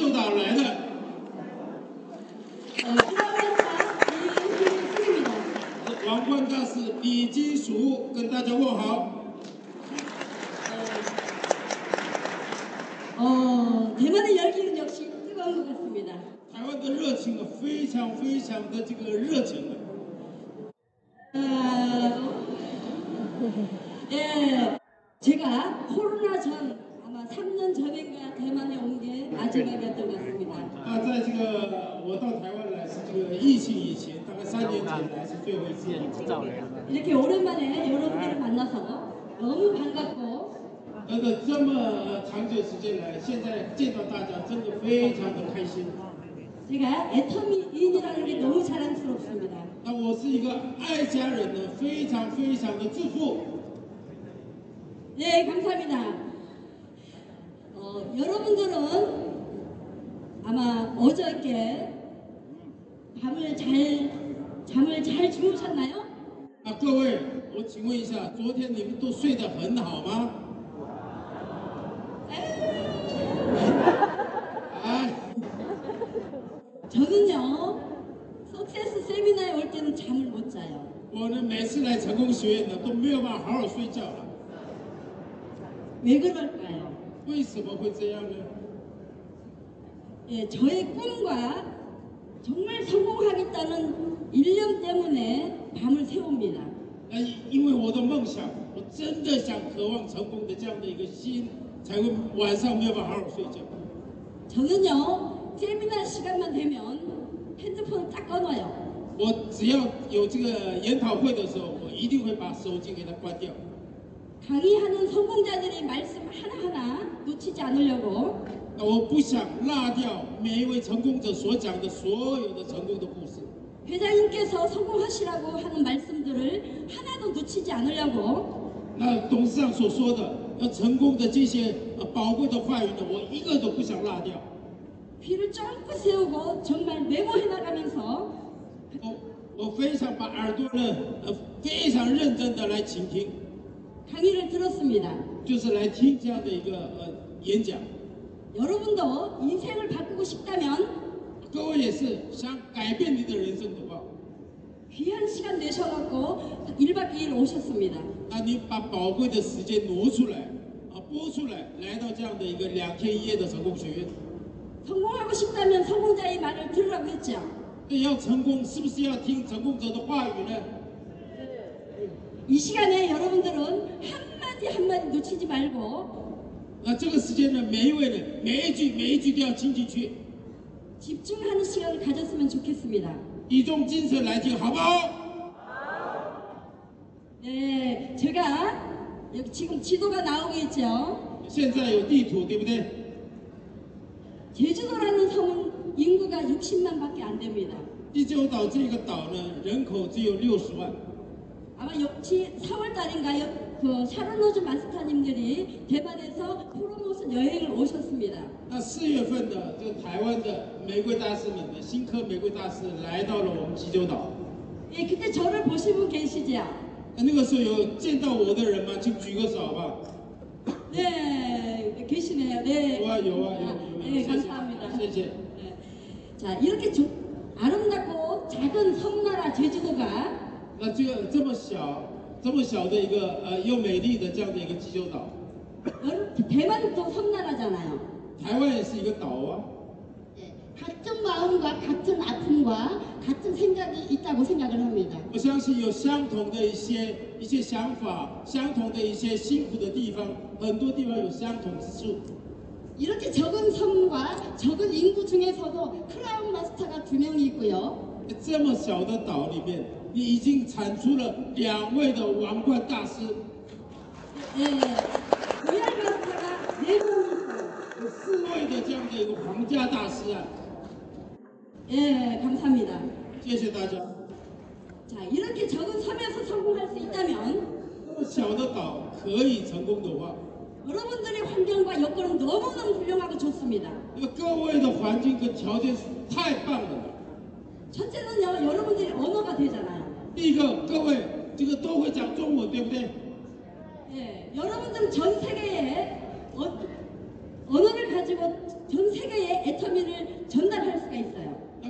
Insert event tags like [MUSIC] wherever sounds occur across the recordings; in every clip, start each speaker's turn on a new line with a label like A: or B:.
A: 네.
B: 어, 수입니다.
A: 王冠大使李金属跟大家问好。
B: 어, 대만의 열기는 역시 뜨거운 것 같습니다.
A: 台湾的热情啊，非常非常的这个热情啊。
B: 아, 어, 예, 제가 코로나 전 아마 3년 전인가 대만에 온 게 마지막이었던 것 같습니다.
A: 啊，在这个我到台湾来是这个疫情以前，大概三年前来是最后一次。
B: 이렇게 오랜만에 여러분들을 만나서 너무 반갑고
A: 真的这么长久时间来，现在见到大家真的非常的开心。
B: 제가 애터미인이라는 게 너무 자랑스럽습니다.
A: 那我是一个爱家人呢，非常非常的自负。
B: 네, 감사합니다. 어, 여러분들은 아마 어저께 밤을 잘 잠을 잘 주무셨나요?
A: 那各位，我请问一下，昨天你们都睡得很好吗？哎，
B: 저는요, 석세스 세미나에 올 때는 잠을 못 자요.
A: 我呢每次来成功学院呢都没有办法好好睡觉了，
B: 왜 그럴까요?
A: 为什么会这样呢？
B: 예, 저의 꿈과 정말 성공하겠다는 일념 때문에 밤을 새웁니다.
A: 那因为我的梦想，我真的想渴望成功的这样的一个心，才会晚上没有办法好好睡觉。
B: 저는요, 세미나 시간만 되면 핸드폰을 딱 꺼놔요.
A: 我只要有这个研讨会的时候，我一定会把手机给它关掉。
B: 강의하는 성공자들의 말씀 하나하나 놓치지 않으려고
A: 那我不想落掉每一位成功者所讲的所有的成功的故事。
B: 회장님께서 성공하시라고 하는 말씀들을 하나도 놓치지 않으려고
A: 那董事长所说的要成功的这些呃宝贵的话语呢，我一个都不想落掉。
B: 귀를 쫑긋 세우고 정말 메모해 나가면서
A: 我我非常把耳朵呢，呃，非常认真的来倾听，
B: 강의를 들었습니다.
A: 就是来听这样的一个呃演讲。
B: 여러분도 인생을 바꾸고 싶다면
A: 各位也是想改变你的人生的话，
B: 귀한 시간 내셔갖고 1박 2일 오셨습니다.
A: 那你把宝贵的时间挪出来啊，拨出来，来到这样的一个两天一夜的成功学院。
B: 성공하고 싶다면 성공자의 말을 들으라고 했죠.
A: 那要成功，是不是要听成功者的话语呢？
B: 이 시간에 여러분들은 한마디 한마디 놓치지 말고
A: 那这个时间呢，每一位人，每一句每一句都要听进去。
B: 집중하는 시간을 가졌으면 좋겠습니다.
A: 以众精神来听，好不好？
B: 네, 제가 여기 지금 지도가 나오고 있죠.
A: 现在有地图，对不对？
B: 제주도라는 섬은 인구가 60만밖에 안 됩니다.
A: 济州岛这个岛呢，人口只有六十万。
B: 아마 역시 4월 달인가요? 그 샤를로즈 마스터님들이 대만에서 프로모션 여행을 오셨습니다.
A: 那四月份的这个台湾的玫瑰大师们的新科玫瑰大师来到了我们济州岛。
B: 예, 그때 저를 보신 분 계시죠?
A: 那那个时候有见到我的人吗？请举个手好不好？
B: 네, 계시네요. 네.
A: 有啊有啊有啊有啊
B: 네,
A: 谢谢
B: 감사합니다.
A: 谢谢。
B: 네. 자, 이렇게 조, 아름답고 작은 섬나라 제주도가
A: 那这个这么小这么小的一个呃又美丽的这样的一个济州岛，
B: 여러- 대만도 섬나라잖아요.
A: 台湾也是一个岛啊。
C: 예, 같은 마음과 같은 아픔과 같은 생각이 있다고 생각을 합니다.
A: 我相信有相同的一些一些想法，相同的一些辛苦的地方，很多地方有相同之处。
C: 이렇게 적은 섬과 적은 인구 중에서도 크라운 마스터가 두 명이 있고요.
A: 这么小的岛里面，你已经产出了两位的王冠大师，
B: 예, 로얄 마스터가 네 명이 있어요.
A: 有四位的这样的一个皇家大师啊！
B: 예, 감사합니다.
A: 谢谢大家。
B: 자, 이렇게 적은 섬에서 성공할 수 있다면
A: 这么小的岛可以成功的话，
B: 여러분들의 환경과 여건은 너무너무 훌륭하고 좋습니다.
A: 那各位的环境跟条件是太棒了。
B: 첫째는요, 여러분들의 언어가 되잖아요.
A: 第一个，各位这个都会讲中文，对不对？
B: 예, 여러분들은 전 세계에 어, 언어를 가지고 전 세계의 애터미를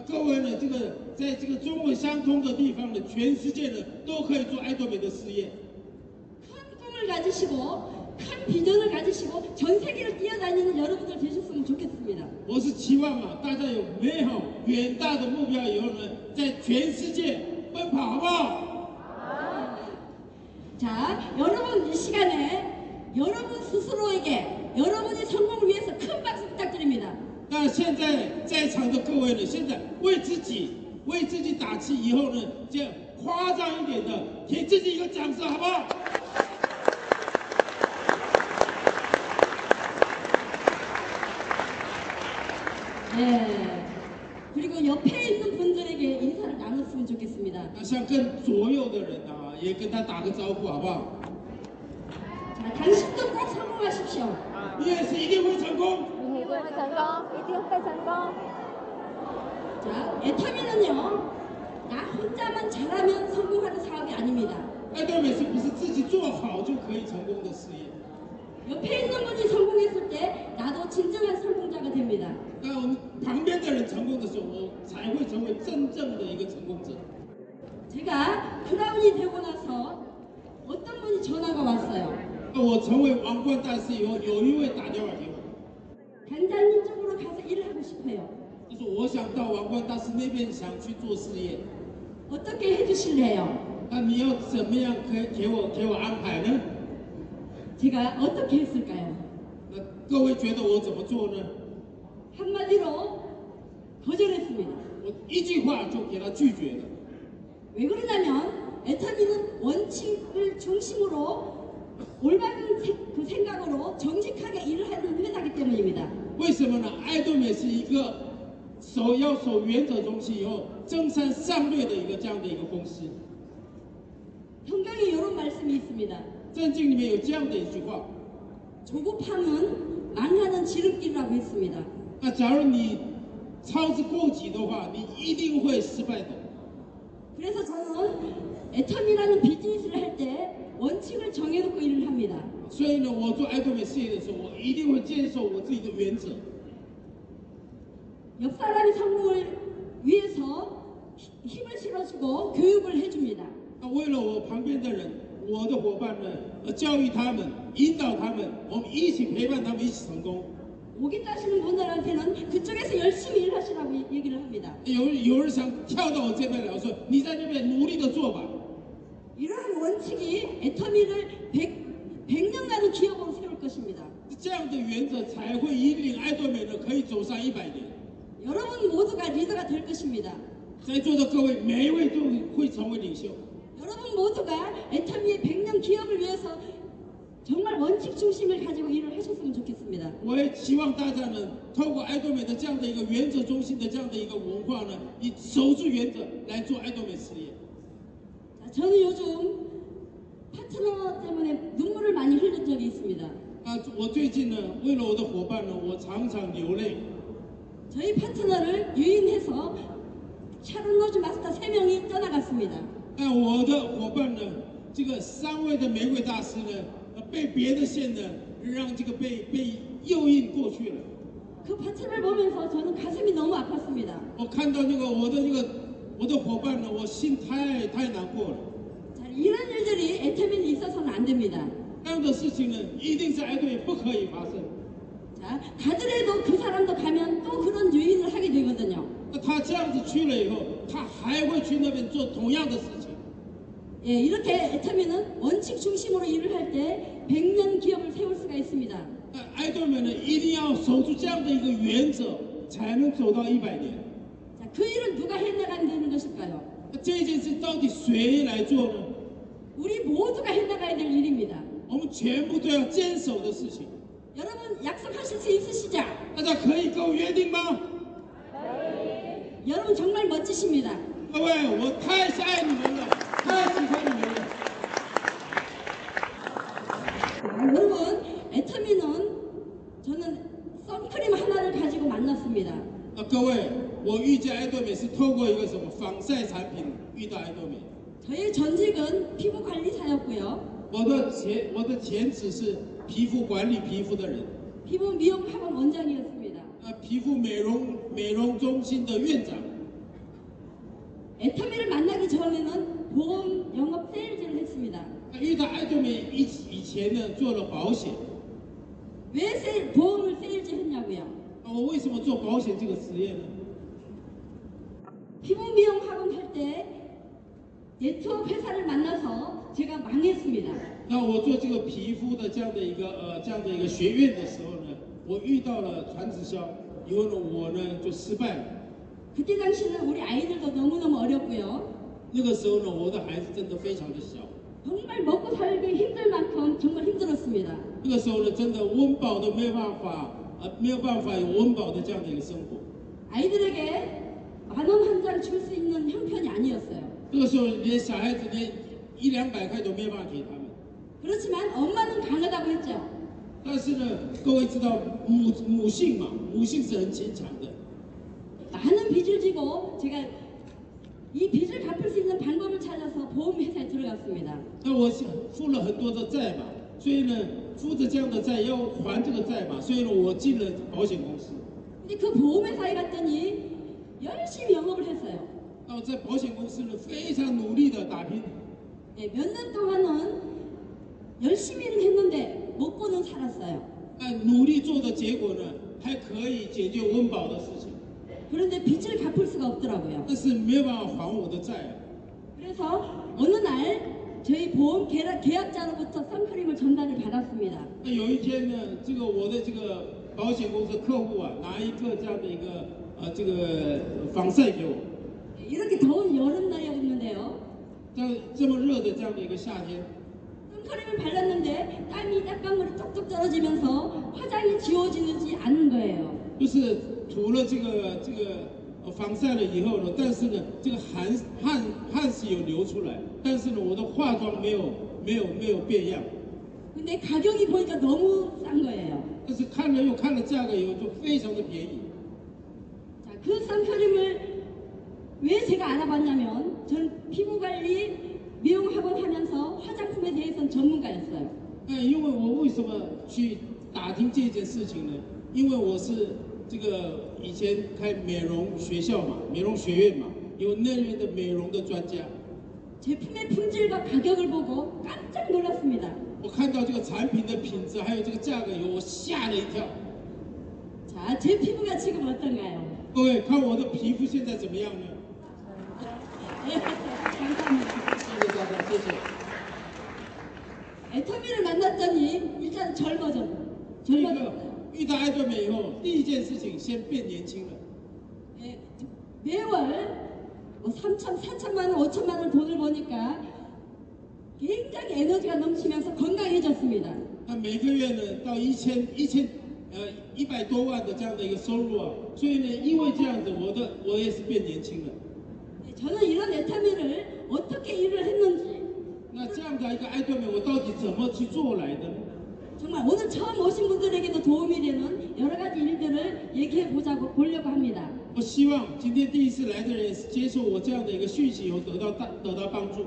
A: 认为呢，这个在这个中文相通的地方呢，全世界呢都可以做爱多美的事业。
B: 큰 꿈을 가지시고 큰 비전을 가지시고 전 세계를 뛰어다니는 여러분들 되셨으면 좋겠습니다.
A: 我是期望啊，大家有美好远大的目标以后呢，在全世界奔跑，好不好？
B: 자, 여러분 이 시간에 여러분 스스로에게 여러분의 성공을 위해서 큰 박수 부탁드립니다.
A: 那现在在场的各位呢，现在为自己为自己打气，以后呢，就夸张一点的，给自己一个掌声，好不好？
B: 네. 그리고 옆에 있는 분들에게 인사를 나눴으면 좋겠습니다.
A: 那像跟左右的人啊，也跟他打个招呼，好不好？
B: 자, 당신도 꼭 성공하십시오.
A: 你也是一定会成功。
D: 一定会成功，一定会成功。
B: 자, 애터미는요. 나 혼자만 잘하면 성공하는 사업이 아닙니다.
A: 爱多美是不是自己做好就可以成功的事业？
B: 옆에 있는 분이 성공했을 때 나도 진정한 성공자가 됩니다.
A: 那我们旁边的人成功的时候，我才会成为真正的一个成功者。
B: 제가 브라운이 되고 나서 어떤 분이 전화가 왔어요.
A: 那我成为王冠大师以后，有一位打电话给我，
B: 단장님 쪽으로 가서 일을 하고 싶어요.
A: 他说我想到王冠大师那边想去做事业，
B: 어떻게 해주실래요?
A: 那你要怎么样可以给我给我安排呢？
B: 제가 어떻게 했을까요?
A: 那各位觉得我怎么做呢？
B: 한마디로 거절했습니다.
A: 我一句话就给他拒绝了。
B: 왜 그러냐면 애터미는 원칙을 중심으로 올바른 세- 그 생각으로 정직하게 일을 하는 회사이기 때문입니다.
A: 为什么呢？爱多美是一个守要守原则中心以后增删善略的一个这样的一个公司。
B: 성경에 이런 말씀이 있습니다.
A: 圣经里面有这样的一句话：
B: 조급함은 망하는 지름길이라고 했습니다.
A: 那啊假如你操之过急的话，你一定会失败的。
B: 그래서 저는 애텀이라는 비즈니스를 할 때 원칙을 정해놓고 일을 합니다.
A: 所以呢，我做爱多美事业的时候，我一定会坚守我自己的原则。
B: 옆 사람의 성공을 위해서 히- 힘을 실어주고 교육을 해줍니다.
A: 那为了我旁边的人，我的伙伴们，呃教育他们，引导他们，我们一起陪伴他们，一起成功。
B: 오겠다 하시는 분들한테는 그쪽에서 열심히 일하시라고 얘- 얘기를 합니다.
A: 有有人想跳到我这边来，我说你在那边努力的做吧。
B: 이러한 원칙이 애텀이를 100, 100년 가는 기업으로 세울 것입니다.
A: 这样的原则才会引领爱多美呢可以走上一百年。
B: 여러분 모두가 리더가 될 것입니다.
A: 在座的各位，每一位都会成为领袖。
B: 여러분 모두가 애터미의 100년 기업을 위해서 정말 원칙 중심을 가지고 일을 하셨으면 좋겠습니다.
A: 我也期望大家能透过爱多美的这样的一个原则中心的这样的一个文化呢，以守住原则来做爱多美事业。
B: 자, 저는 요즘 파트너 때문에 눈물을 많이 흘린 적이 있습니다.
A: 那我最近呢，为了我的伙伴呢，我常常流泪。
B: 저희 파트너를 유인해서 샤론 로즈 마스터 3명이 떠나갔습니다.
A: 那我的伙伴呢，这个三位的玫瑰大师呢，呃被别的线呢，让这个被被诱引过去了。
B: 그 파트너를 보면서 저는 가슴이 너무 아팠습니다.
A: 我看到那个我的那个我的伙伴呢，我心太太难过了。
B: 자, 이런 일들이 애터미는 있어서는 안 됩니다.
A: 这样的事情呢，一定是爱多美不可以发生。
B: 자, 가더라도 그 사람도 가면 또 그런 유인을 하게 되거든요.
A: 那他这样子去了以后，他还会去那边做同样的事情。
B: 예, 이렇게 애터미는 원칙 중심으로 일을 할 때 100년 기업을 세울 수가 있습니다.
A: 那爱多美呢，一定要守住这样的一个原则，才能走到一百年。
B: 자, 그 일을 누가 해나가야 되는 것일까요?
A: 那这件事到底谁来做呢？
B: 우리 모두가 해나가야 될 일입니다.
A: 我们全部都要坚守的事情。
B: 여러분 약속하실 수 있으시죠?
A: 大家可以跟我约定吗？
B: 여러분 정말 멋지십니다.
A: 各位，我太爱你们了，太喜欢你们了。
B: 여러분 애터미는 저는 선크림 하나를 가지고 만났습니다.
A: 那啊各位，我遇见爱多美是透过一个什么防晒产品遇到爱多美。
B: 저의 전직은 피부 관리사였고요.
A: 我的前我的前职是皮肤管理皮肤的人，
B: 피부 미용 학원 원장이었습니다.
A: 那皮肤美容美容中心的院长，
B: 애터미를 만나기 전에는 보험 영업 세일즈를 했습니다.
A: 遇到艾多美以以前呢做了保险，
B: 왜 세일, 보험을 세일즈 했냐고요?
A: 那我为什么做保险这个职业呢？
B: 피부 미용 학원 할 때 네트워크 회사를 만나서 제가 망했습니다.
A: 那我做这个皮肤的这样的一个呃这样的一个学院的时候呢，我遇到了传直销，因为呢我呢就失败了。
B: 그때 당시는 우리 아이들도 너무너무 어렵고요.
A: 那个时候呢，我的孩子真的非常的小，
B: 정말 먹고 살기 힘들 만큼 정말 힘들었습니다.
A: 那个时候呢，真的温饱都没有办法，呃，没有办法有温饱的这样的一个生活。
B: 아이들에게 만 원 한 장 줄 수 있는 형편이 아니었어요.
A: 那个时候连小孩子连一两百块都没有办法给他们。
B: 그렇지만 엄마는 강하다고 했죠.
A: 但是呢，各位知道母母性嘛，母性是很坚强的。
B: 많은 빚을 지고 제가 이 빚을 갚을 수 있는 방법을 찾아서 보험회사에 들어갔습니다.
A: 那我想负了很多的债嘛，所以呢，负着这样的债要还这个债嘛，所以呢，我进了保险公司。
B: 근데 그 보험회사에 갔더니 열심히 영업을 했어요.
A: 那我在保险公司呢，非常努力的打拼，
B: 예, 몇년 동안은 열심히는 했는데 먹고는 살았어요.
A: 那努力做的结果呢，还可以解决温饱的事情，
B: 그런데 빚을 갚을 수가 없더라고요.
A: 但是没有办法还我的债啊。
B: 그래서 어느 날 저희 보험 계약- 계약자로부터 선크림을 전달을 받았습니다.
A: 那有一天呢，这个我的这个保险公司客户啊，拿一个这样的一个呃这个防晒给我，
B: 예, 이렇게 더운 여름날이었는데요.
A: 在这么热的这样的一个夏天，
B: 선크림을 발랐는데 땀이 땀방울이 뚝뚝 떨어지면서 화장이 지워지는지 않은 거예요.
A: 就是涂了这个这个呃防晒了以后呢，但是呢，这个汗汗汗是有流出来，但是呢，我的化妆没有没有没有变样，
B: 근데 가격이 보니까 너무 싼 거예요.
A: 但是看了又看了价格以后就非常的便宜。
B: 자, 그 선크림을 왜 제가 알아봤냐면 저는 피부관리 미용학원 하면서 화장품에 대해서는 전문가였어요.
A: 那因为我为什么去打听这件事情呢？因为我是这个以前开美容学校嘛，美容学院嘛，有那边的美容的专家，
B: 제품의 품질과 가격을 보고 깜짝 놀랐습니다.
A: 我看到这个产品的品质还有这个价格以后，我吓了一跳。
B: 자, 제 피부가 지금 어떤가요?
A: 各位看我的皮肤现在怎么样呢？
B: 예, 감사합니다.
A: 谢谢大家，谢谢。
B: 애터미를 만났더니 일단 젊어졌,
A: 第一个
B: 젊어졌어요.
A: 遇到爱多美以后，第一件事情先变年轻了。
B: 예, 매월 뭐 3천, 4천만 원, 5천만 원 돈을 버니까 굉장히 에너지가 넘치면서 건강해졌습니다.
A: 那每个月呢，到一千一千呃一百多万的这样的一个收入啊，所以呢，因为这样子，我的我也是变年轻了。
B: 네, 저는 이런 애타미를 어떻게 일을 했는지
A: 那这样的一个爱多美，我到底怎么去做来的呢？
B: 정말 오늘 처음 오신 분들에게도 도움이 되는 여러 가지 일들을 얘기해 보자고 보려고 합니다.
A: 我希望今天第一次来的人接受我这样的一个讯息以后，得到大得到帮助。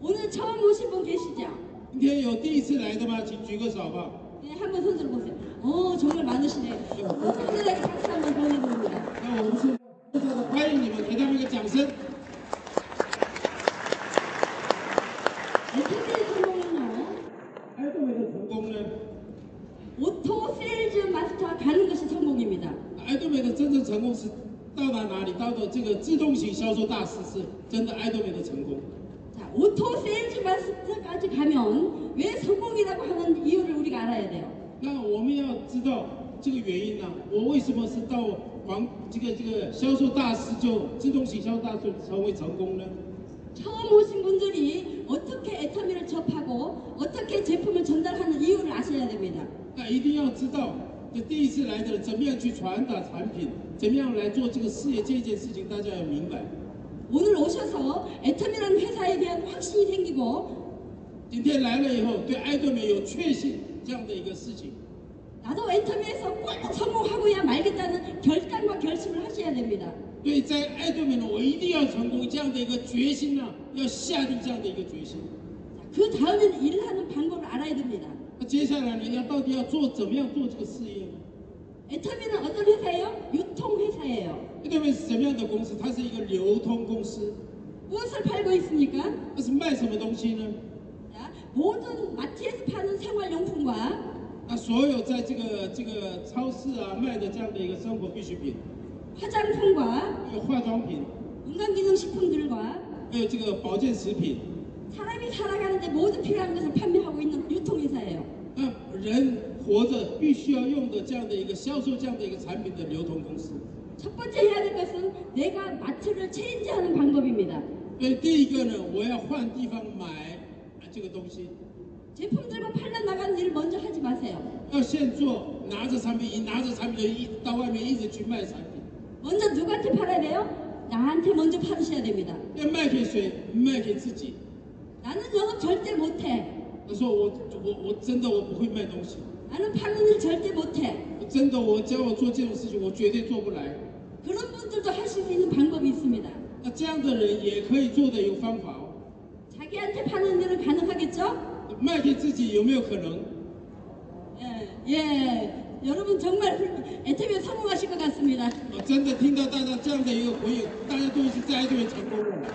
B: 오늘 처음 오신 분 계시죠?
A: 今天有第一次来的吗？请举个手好不好？
B: 네, 한번 손 들어보세요. 오, 정말 많으시네요. 분들에게 박수 한번 보내드립니다.
A: 那我们现在欢迎你们，给他们一个掌声。
B: 애타미의 성공은요,
A: 爱多美的成功呢？
B: 오토 세일즈 마스터 가는 것이 성공입니다.
A: 爱多美的真正成功是到达哪里？到达这个自动型销售大师是真的爱多美的成功。
B: 자, 오토 세일즈 마스터까지 가면 왜 성공이라고 하는 이유를 우리가 알아야 돼요.
A: 那我们要知道这个原因呢、我为什么是到黄这个这个销售大师就自动型销售大师成为成功呢？
B: 처음 오신 분들이 어떻게 애터미를 접하고 어떻게 제품을 전달하는 이유를 아셔야 됩니다.
A: 那一定要知道，这第一次来的人怎么样去传达产品，怎么样来做这个事业这件事情，大家要明白。
B: 오늘 오셔서 애터미라는 회사에 대한 확신이 생기고
A: 今天来了以后，对爱多美有确信这样的一个事情。
B: 나도 애터미에서 꼭 성공하고야 말겠다는 결단과 결심을 하셔야 됩니다.
A: 对，在爱多美呢，我一定要成功这样的一个决心呢、要下定这样的一个决心。
B: 그 다음에는 일하는 방법을 알아야 됩니다.
A: 那接下来呢，要到底要做怎么样做这个事业呢？
B: 애터미는 어떤 회사예요? 유통회사예요.
A: 爱多美是什么样的公司？它是一个流通公司，
B: 무엇을 팔고 있습니까?
A: 那是卖什么东西呢？
B: 자, 모든 마트에서 파는 생활용품과
A: 那所有在这个这个超市啊卖的这样的一个生活必需品，
B: 화장품과
A: 还有化妆品，
B: 건강기능식품들과
A: 还有这个保健食品。
B: 사람이 살아가는데 모두 필요한 것을 판매하고 있는 유통회사예요.
A: 那人活着必须要用的这样的一个销售这样的一个产品的流通公司。
B: 첫 번째 해야 될 것은 내가 마트를 체인지하는 방법입니다.
A: 所以第一个呢，我要换地方买这个东西，
B: 제품들과 팔러 나가는 일을 먼저 하지 마세요.
A: 要现做，拿着产品，拿着产品就一直到外面一直去卖产品，
B: 먼저 누구한테 팔아야 돼요? 나한테 먼저 팔으셔야 됩니다.
A: 要卖给谁？卖给自己。
B: 나는 영업 절대 못해.
A: 他说我我我真的我不会卖东西，
B: 나는 파는 일 절대 못해.
A: 我真的我叫我做这种事情我绝对做不来。
B: 그런 분들도 할 수 있는 방법이 있습니다.
A: 那这样的人也可以做的有方法哦。
B: 자기한테 파는 일은 가능하겠죠?
A: 卖给自己有没有可能？
B: 예, 예. 여러분 정말 [LAUGHS] 애터미에 성공하실 것 같습니다.
A: 我啊真的听到大家这样的一个回应，大家都是在这边成功了。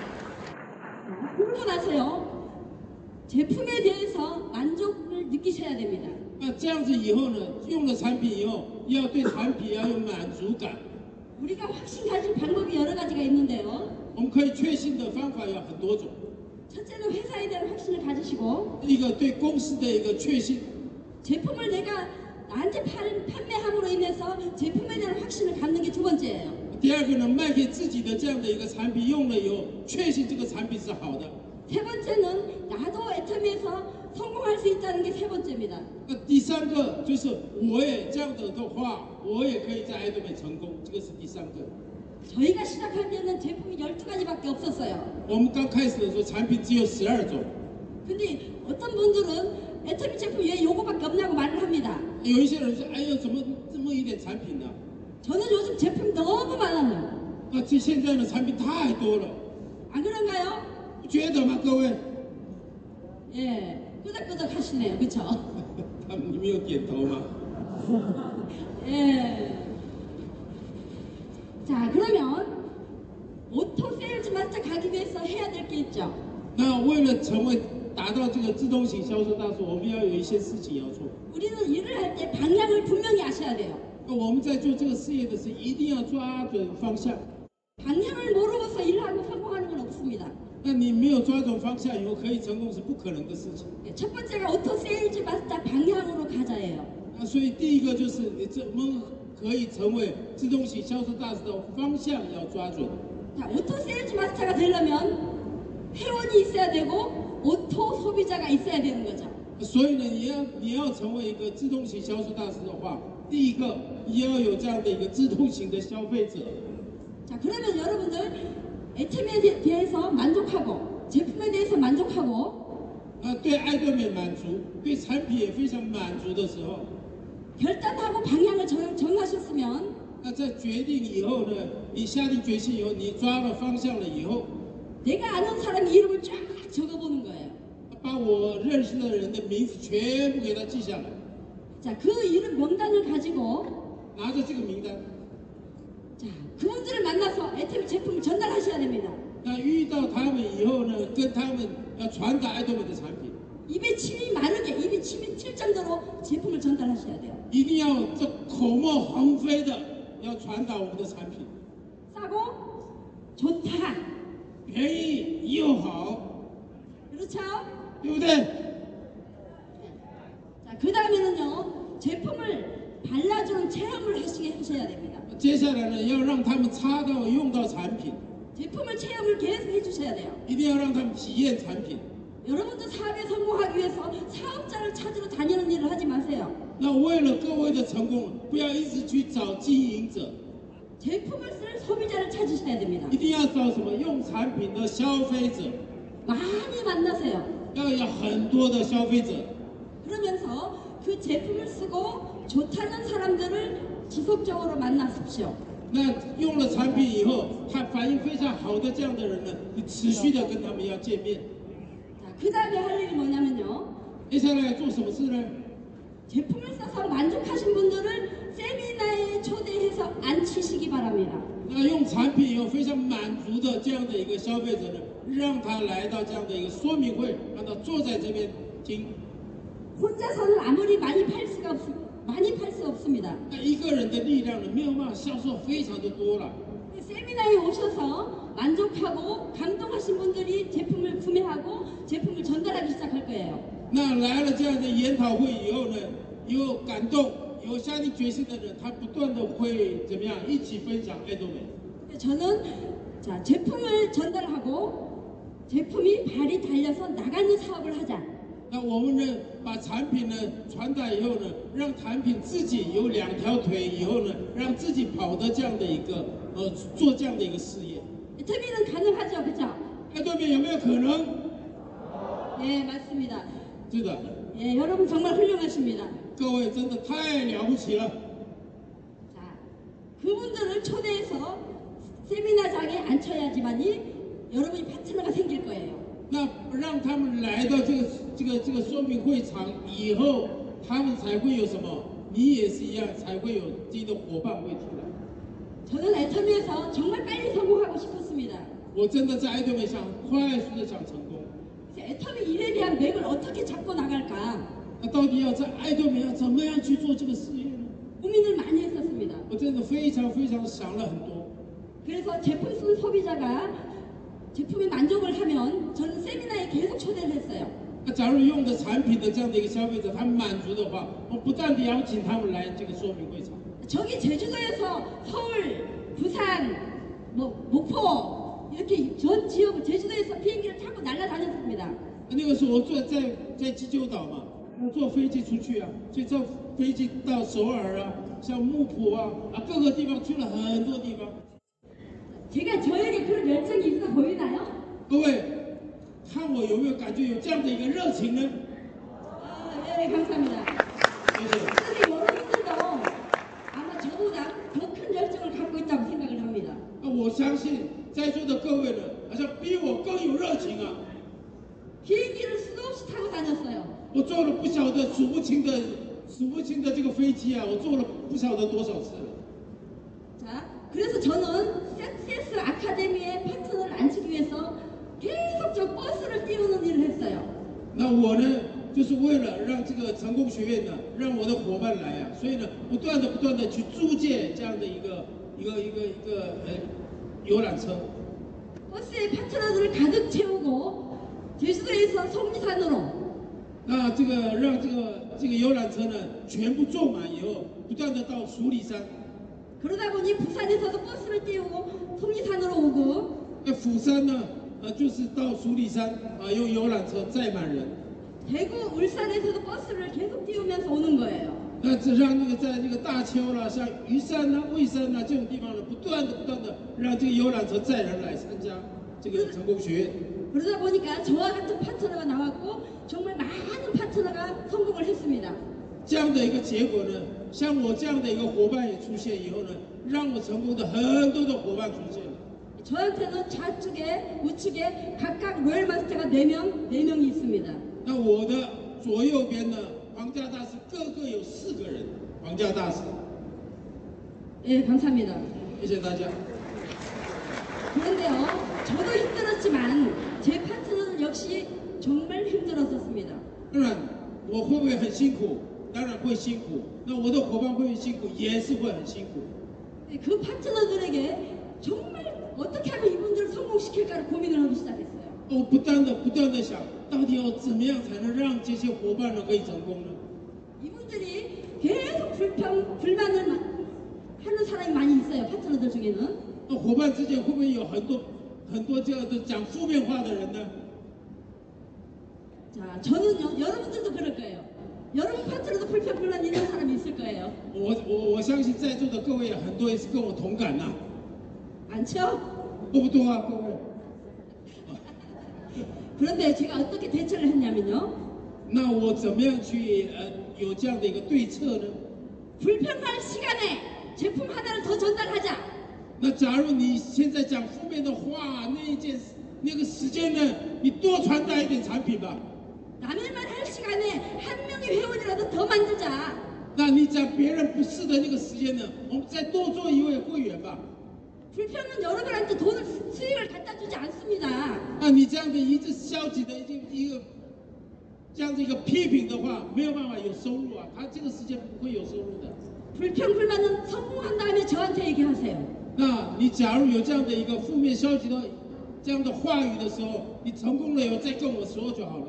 B: 그러고 나서요. 제품에 대해서 만족을 느끼셔야 됩니다.
A: 那这样子以后呢，用了产品以后，要对产品要有满足感。
B: 우리가 확신 가질 방법이 여러 가지가 있는데요.
A: 我们可以确信的方法有很多种，
B: 첫째는 회사에 대한 확신을 가지시고
A: 一个对公司的一个确信，
B: 제품을 내가 나한테 팔, 판매함으로 인해서 제품에 대한 확신을 갖는 게 두 번째예요.
A: 第二个呢，卖给自己的这样的一个产品用了以后，确信这个产品是好的。
B: 세 번째는 나도 애터미에서 성공할 수 있다는 게 세 번째입니다.
A: 那第三个就是我也这样的的话，我也可以在爱多美成功，这个是第三个。
B: 저희가 시작할 때는 제품이 12가지밖에 없었어요.
A: 我们刚开始的时候，产品只有十二种，
B: 근데 어떤 분들은 애터미 제품 왜 요거밖에 없냐고 말을 합니다.
A: 有一些人说：“哎呦，怎么这么一点产品呢、
B: 저는 요즘 제품 너무 많아요.
A: 那这现在的产品太多了，
B: 안 그런가요?
A: 不觉得吗？各位， [LAUGHS]
B: 예, 끄덕끄덕 하시네요. 그쵸?
A: 他们你们有点头吗？
B: 예. 자, 그러면 오토 세일즈 마스터 가기 위해서 해야 될 게 있죠.
A: 那为了成为达到这个自动型销售大师，我们要有一些事情要做。
B: 우리는 일을 할 때 방향을 분명히 아셔야 돼요.
A: 那我们在做这个事业的时候，一定要抓准方向。
B: 방향을 모르고서 일하고 성공하는 건 없습니다.
A: 那你没有抓准方向以后，可以成功是不可能的事情。
B: 예, 첫 번째가 오토 세일즈 마스터 방향으로 가자예요.
A: 那所以第一个就是你怎么可以成为自动型销售大师的方向要抓准。
B: 자, 오토 세일즈 마스터가 되려면 회원이 있어야 되고 오토 소비자가 있어야 되는 거죠.
A: 所以呢，你要你要成为一个自动型销售大师的话，第一个你要有这样的一个自动型的消费者。
B: 자, 그러면 여러분들 애템에 대- 대해서 만족하고 제품에 대해서 만족하고
A: 啊，对爱多美满足，对产品也非常满足的时候，
B: 결단하고 방향을 정, 정하셨으면
A: 那在决定以后呢，你下定决心以后，你抓了方向了以后，
B: 내가 아는 사람 이름을 쫙 적어보는 거예요.
A: 把我认识的人的名字全部给他记下来，
B: 자, 그 이름 명단을 가지고
A: 拿着这个名单，
B: 자, 그분들을 만나서 애템 제품을 전달하셔야 됩니다.
A: 那遇到他们以后呢，跟他们要传达爱多美的产品，
B: 입에 침이 마르게, 입에 침이 튈 정도로 제품을 전달하셔야 돼요.
A: 一定要这口沫横飞的要传达我们的产品，
B: 싸고 좋다.
A: 便宜又好，
B: 그렇죠?
A: 对不对？
B: 자, 그 다음에는요, 제품을 발라주는 체험을 하시게 하셔야 됩니다.
A: 接下来呢，要让他们擦到用到产品，
B: 제품을 체험을 계속 해주셔야 돼요.
A: 一定要让他们体验产品。
B: 여러분도 사업에 성공하기 위해서 사업자를 찾으러 다니는 일을 하지 마세요.
A: 那为了各位的成功，不要一直去找经营者，
B: 제품을 쓸 소비자를 찾으셔야 됩니다.
A: 一定要找什么用产品的消费者，
B: 많이 만나세요.
A: 要有很多的消费者，
B: 그러면서 그 제품을 쓰고 좋다는 사람들을 지속적으로 만나십시오.
A: 那用了产品以后，他反应非常好的这样的人呢，你持续的跟他们要见面。
B: 자, 그 다음에 할 일이 뭐냐면요.
A: 接下来要做什么事呢？
B: 제품을 써서 만족하신 분들을 세미나에 초대해서 앉히시기 바랍니다.
A: 那用产品有非常满足的这样的一个消费者呢，让他来到这样的一个说明会，让他坐在这边听。
B: 혼자서는 아무리 많이 팔 수가 없, 많이 팔 수 없습니다.
A: 那呃一个人的力量呢，没有办法销售非常的多了。
B: 그 세미나에 오셔서 만족하고 감동하신 분들이 제품을 구매하고 제품을 전달하기 시작할 거예요.
A: 那来了这样的研讨会以后呢，有感动、有下定决心的人，他不断的会怎么样一起分享哎爱多美。
B: 근데 저는 자 제품을 전달하고 제품이 발이 달려서 나가는 사업을 하자.
A: 那我们呢，把产品呢传达以后呢，让产品自己有两条腿以后呢，让自己跑的这样的一个呃做这样的一个事业。
B: 터미는 가능하죠, 그렇죠?
A: 爱多美有没有可能？
B: 네 맞습니다.
A: 是的，
B: 예 여러분 정말 훌륭하십니다.
A: 各位真的太了不起了。
B: 자 그분들을 초대해서 세미나장에 앉혀야지만이 여러분이 파트너가 생길 거예요.
A: 那让他们来到这个这个这个说明会场以后，他们才会有什么？你也是一样，才会有自己的伙伴会出来。
B: 저는 애터미에서 정말 빨리 성공하고 싶었습니다.
A: 我真的在爱多美想快速的想成功，
B: 이제 애터미 일에 대한 맥을 어떻게 잡고 나갈까
A: 那到底要在爱多美要怎么样去做这个事业呢？
B: 고민을 많이 했었습니다.
A: 我真的非常非常想了很多。
B: 그래서 제품 쓴 소비자가 제품에 만족을 하면 저는 세미나에 계속 초대를 했어요.
A: 那假如用的产品的这样的一个消费者他们满足的话，我不断的邀请他们来这个说明会场。
B: 저기 제주도에서 서울, 부산, 뭐 목포 이렇게 전 지역 제주도에서 비행기를 타고 날아다녔습니다.
A: 那个时候我坐在在济州岛嘛，坐飞机出去啊，所以坐飞机到首尔啊，像木浦啊啊各个地方去了很多地方。
B: 제가 저에게 그런 열정이 있어 보이나요?
A: 各位，看我有没有感觉有这样的一个热情呢？
B: 아, 네, 감사합니다.
A: 谢谢。
B: 선생님 여러분들도 아마 저보다 더 큰 열정을 갖고 있다고 생각을 합니다.
A: 那我相信在座的各位呢，好像比我更有热情啊！
B: 비행기를 수도 없이 타고 다녔어요.
A: 我坐了不晓得数不清的数不清的这个飞机啊，我坐了不晓得多少次了。
B: 자, 그래서 저는 센스 아카데미의 파트너를 앉히기 위해서 계속 저 버스를 띄우는 일을 했어요.
A: 那我呢，就是为了让这个成功学院呢，让我的伙伴来啊，所以呢，不断的不断的去租借这样的一个一个一个一个呃游览车，
B: 버스에 파트너들을 가득 채우고 제주도에서 속리산으로
A: 那这个让这个这个游览车呢全部坐满以后，不断的到蜀里山，
B: 그러다 보니 부산에서도 버스를 띄우고 속리산으로 오고
A: 那釜山呢，呃就是到蜀里山啊、用游览车载满人，
B: 대구 울산에서도 버스를 계속 띄우면서 오는 거예요.
A: 那这让那个在这个大邱啦、像虞山啦、蔚山啦这种地方呢，不断的不断的让这个游览车载人来参加这个成功学院。
B: 그러다 보니까 저와 같은 파트너가 나왔고 정말 많은 파트너가 성공을 했습니다.
A: 这样的一个结果呢，像我这样的一个伙伴也出现以后呢，让我成功的很多的伙伴出现了。
B: 저한테는 좌측에 우측에 각각 로열 마스터가 4명, 4명이 있습니다.
A: 那我的左右边呢，皇家大师各个有四个人，皇家大师，
B: 예, 감사합니다.
A: 谢谢大家。
B: 그런데요, 저도 힘들었지만 제 파트너는 역시 정말 힘들었었습니다.
A: 当然，我会不会很辛苦？当然会辛苦。那我的伙伴会不会辛苦？也是会很辛苦。
B: 예, 그 파트너들에게 정말 어떻게 하면 이분들을 성공시킬까를 고민을 하기 시작했어요.
A: 我不断的不断的想，到底要怎么样才能让这些伙伴呢可以成功呢？
B: 이분들이 계속 불평, 불만을 마- 하는 사람이 많이 있어요, 파트너들 중에는.
A: 那伙伴之间会不会有很多很多这样的讲负面话的人呢？
B: 자, 저는 여, 여러분들도 그럴 거예요. 여러분 파트너도 불평, 불만 있는 사람이 있을 거예요.
A: 我我我相信在座的各位有很多也是跟我同感呐、
B: 많죠?
A: 多不多啊？各位？
B: 그런데 제가 어떻게 대처를 했냐면요.
A: 那我怎么样去呃有这样的一个对策呢？
B: 불편할 시간에 제품 하나를 더 전달하자.
A: 那假如你现在讲负面的话，那一件那个时间呢，你多传达一点产品吧。
B: 남일만 할 시간에 한 명의 회원이라도 더 만들자.
A: 那你讲别人不是的那个时间呢，我们再多做一位会员吧。
B: 불평은 여러분한테 돈을 수- 수익을 갖다 주지 않습니다.
A: 那你这样的一直消极的一个一个这样的一个批评的话，没有办法有收入啊，他这个世界不会有收入的。
B: 불평불만은 성공한 다음에 저한테 얘기하세요.
A: 那你假如有这样的一个负面消极的这样的话语的时候，你成功了以后再跟我说就好了，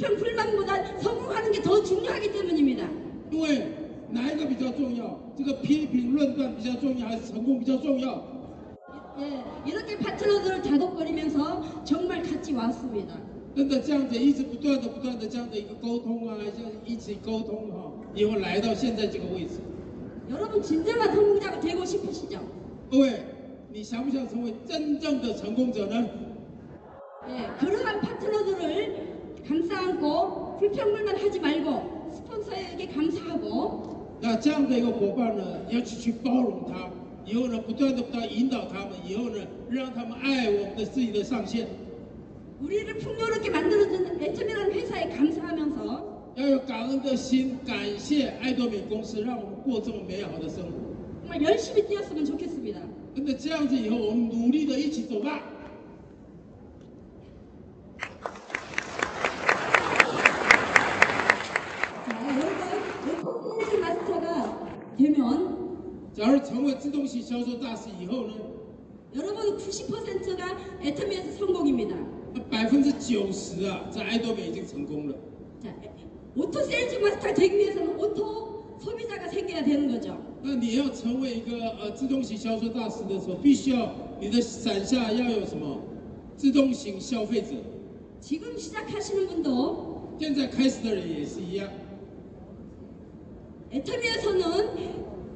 B: 불평불만보다 성공하는 게 더 중요하기 때문입니다.
A: 因为哪一个比较重要？这个批评论断比较重要，还是成功比较重要？
B: 예, 이렇게 파트너들을 다독거리면서 정말 같이 왔습니다.
A: 真的这样子一直不断的不断的这样的一个沟通啊，像一起沟通哈、以后来到现在这个位置，
B: 여러분 진정한 성공자가 되고 싶으시죠?
A: 各位，你想不想成为真正的成功者呢？
B: 예, 그러한 파트너들을 감싸안고 불평불만 하지 말고 스폰서에게 감사하고
A: 那这样的一个伙伴呢，你要去去包容他，以后呢，不断的不断地引导他们，以后呢，让他们爱我们的自己的上限，
B: 우리를 풍요롭게 만들어주는 애점이라는 회사에 감사하면서
A: 要有感恩的心，感谢爱多美公司让我们过这么美好的生活。
B: 정말 열심히 뛰었으면 좋겠습니다.
A: 真的这样子以后，我们努力的一起走吧。
B: 자, 여러분, 에코프렌즈 마스터가 되면
A: 假如成为自动型销售大师以后呢，
B: 여러분 90%가 애터미에서 성공입니다.
A: 那百分之九十啊，在爱多美已经成功了。
B: 자, 오토 세일즈 마스터가 되기 위해서는 오토 소비자가 생겨야 되는 거죠.
A: 那你要成为一个呃自动型销售大师的时候，必须要你的伞下要有什么自动型消费者。
B: 지금 시작하시는 분도
A: 现在开始的人也是一样，
B: 애터미에서는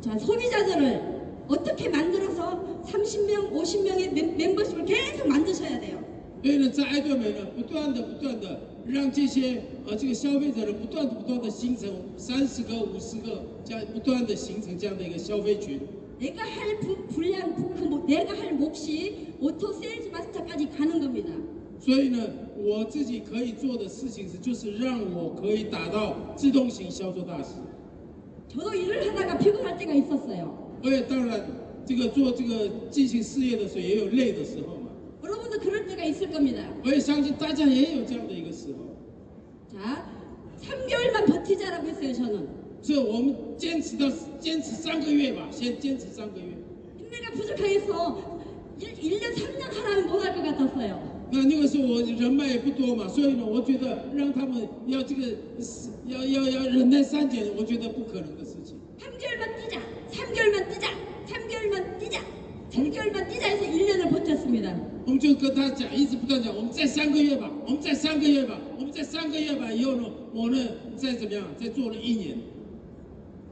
B: 자, 소비자들을 어떻게 만들어서 30명, 50명의 멤, 멤버십을 계속 만드셔야 돼요.
A: 所以呢，呃在爱多美呢，不断的不断的让这些呃这个消费者呢，不断的不断的形成三十呃个、五十个这样不断的形成这样的一个消费群。
B: 내가 할 부- 분량, 부- 그 뭐- 내가 할 몫이 오토 세일즈 마스터까지 가는 겁니다.
A: 所以呢，我自己可以做的事情是，就是让我可以达到自动型销售大师。
B: 저도 일을 하다가 피곤할 때가 있었어요.
A: 我也当然，这个做这个进行事业的时候也有累的时候嘛。
B: 여러분도 그럴 때가 있을 겁니다.
A: 我也相信大家也有这样的一个时候，
B: 자, 3개월만 버티자라고 했어요, 저는.
A: 所以我们坚持到坚持三个月吧，先坚持三个月。
B: 힘내가 부족해서 1, 일년 3년 하라면 못 할 것 같았어요.
A: 那那个时候我人脉也不多嘛，所以呢，我觉得让他们要这个要要要忍耐三年，我觉得不可能的事情。
B: 3개월만 뛰자, 3개월만 뛰자, 3개월만 뛰자, 3개월만 뛰자 해서 1년을 버텼습니다.
A: 我们就跟他讲，一直不断讲，我们再三个月吧，我们再三个月吧，我们再三个月吧。以后呢，我呢再怎么样，再做了一年，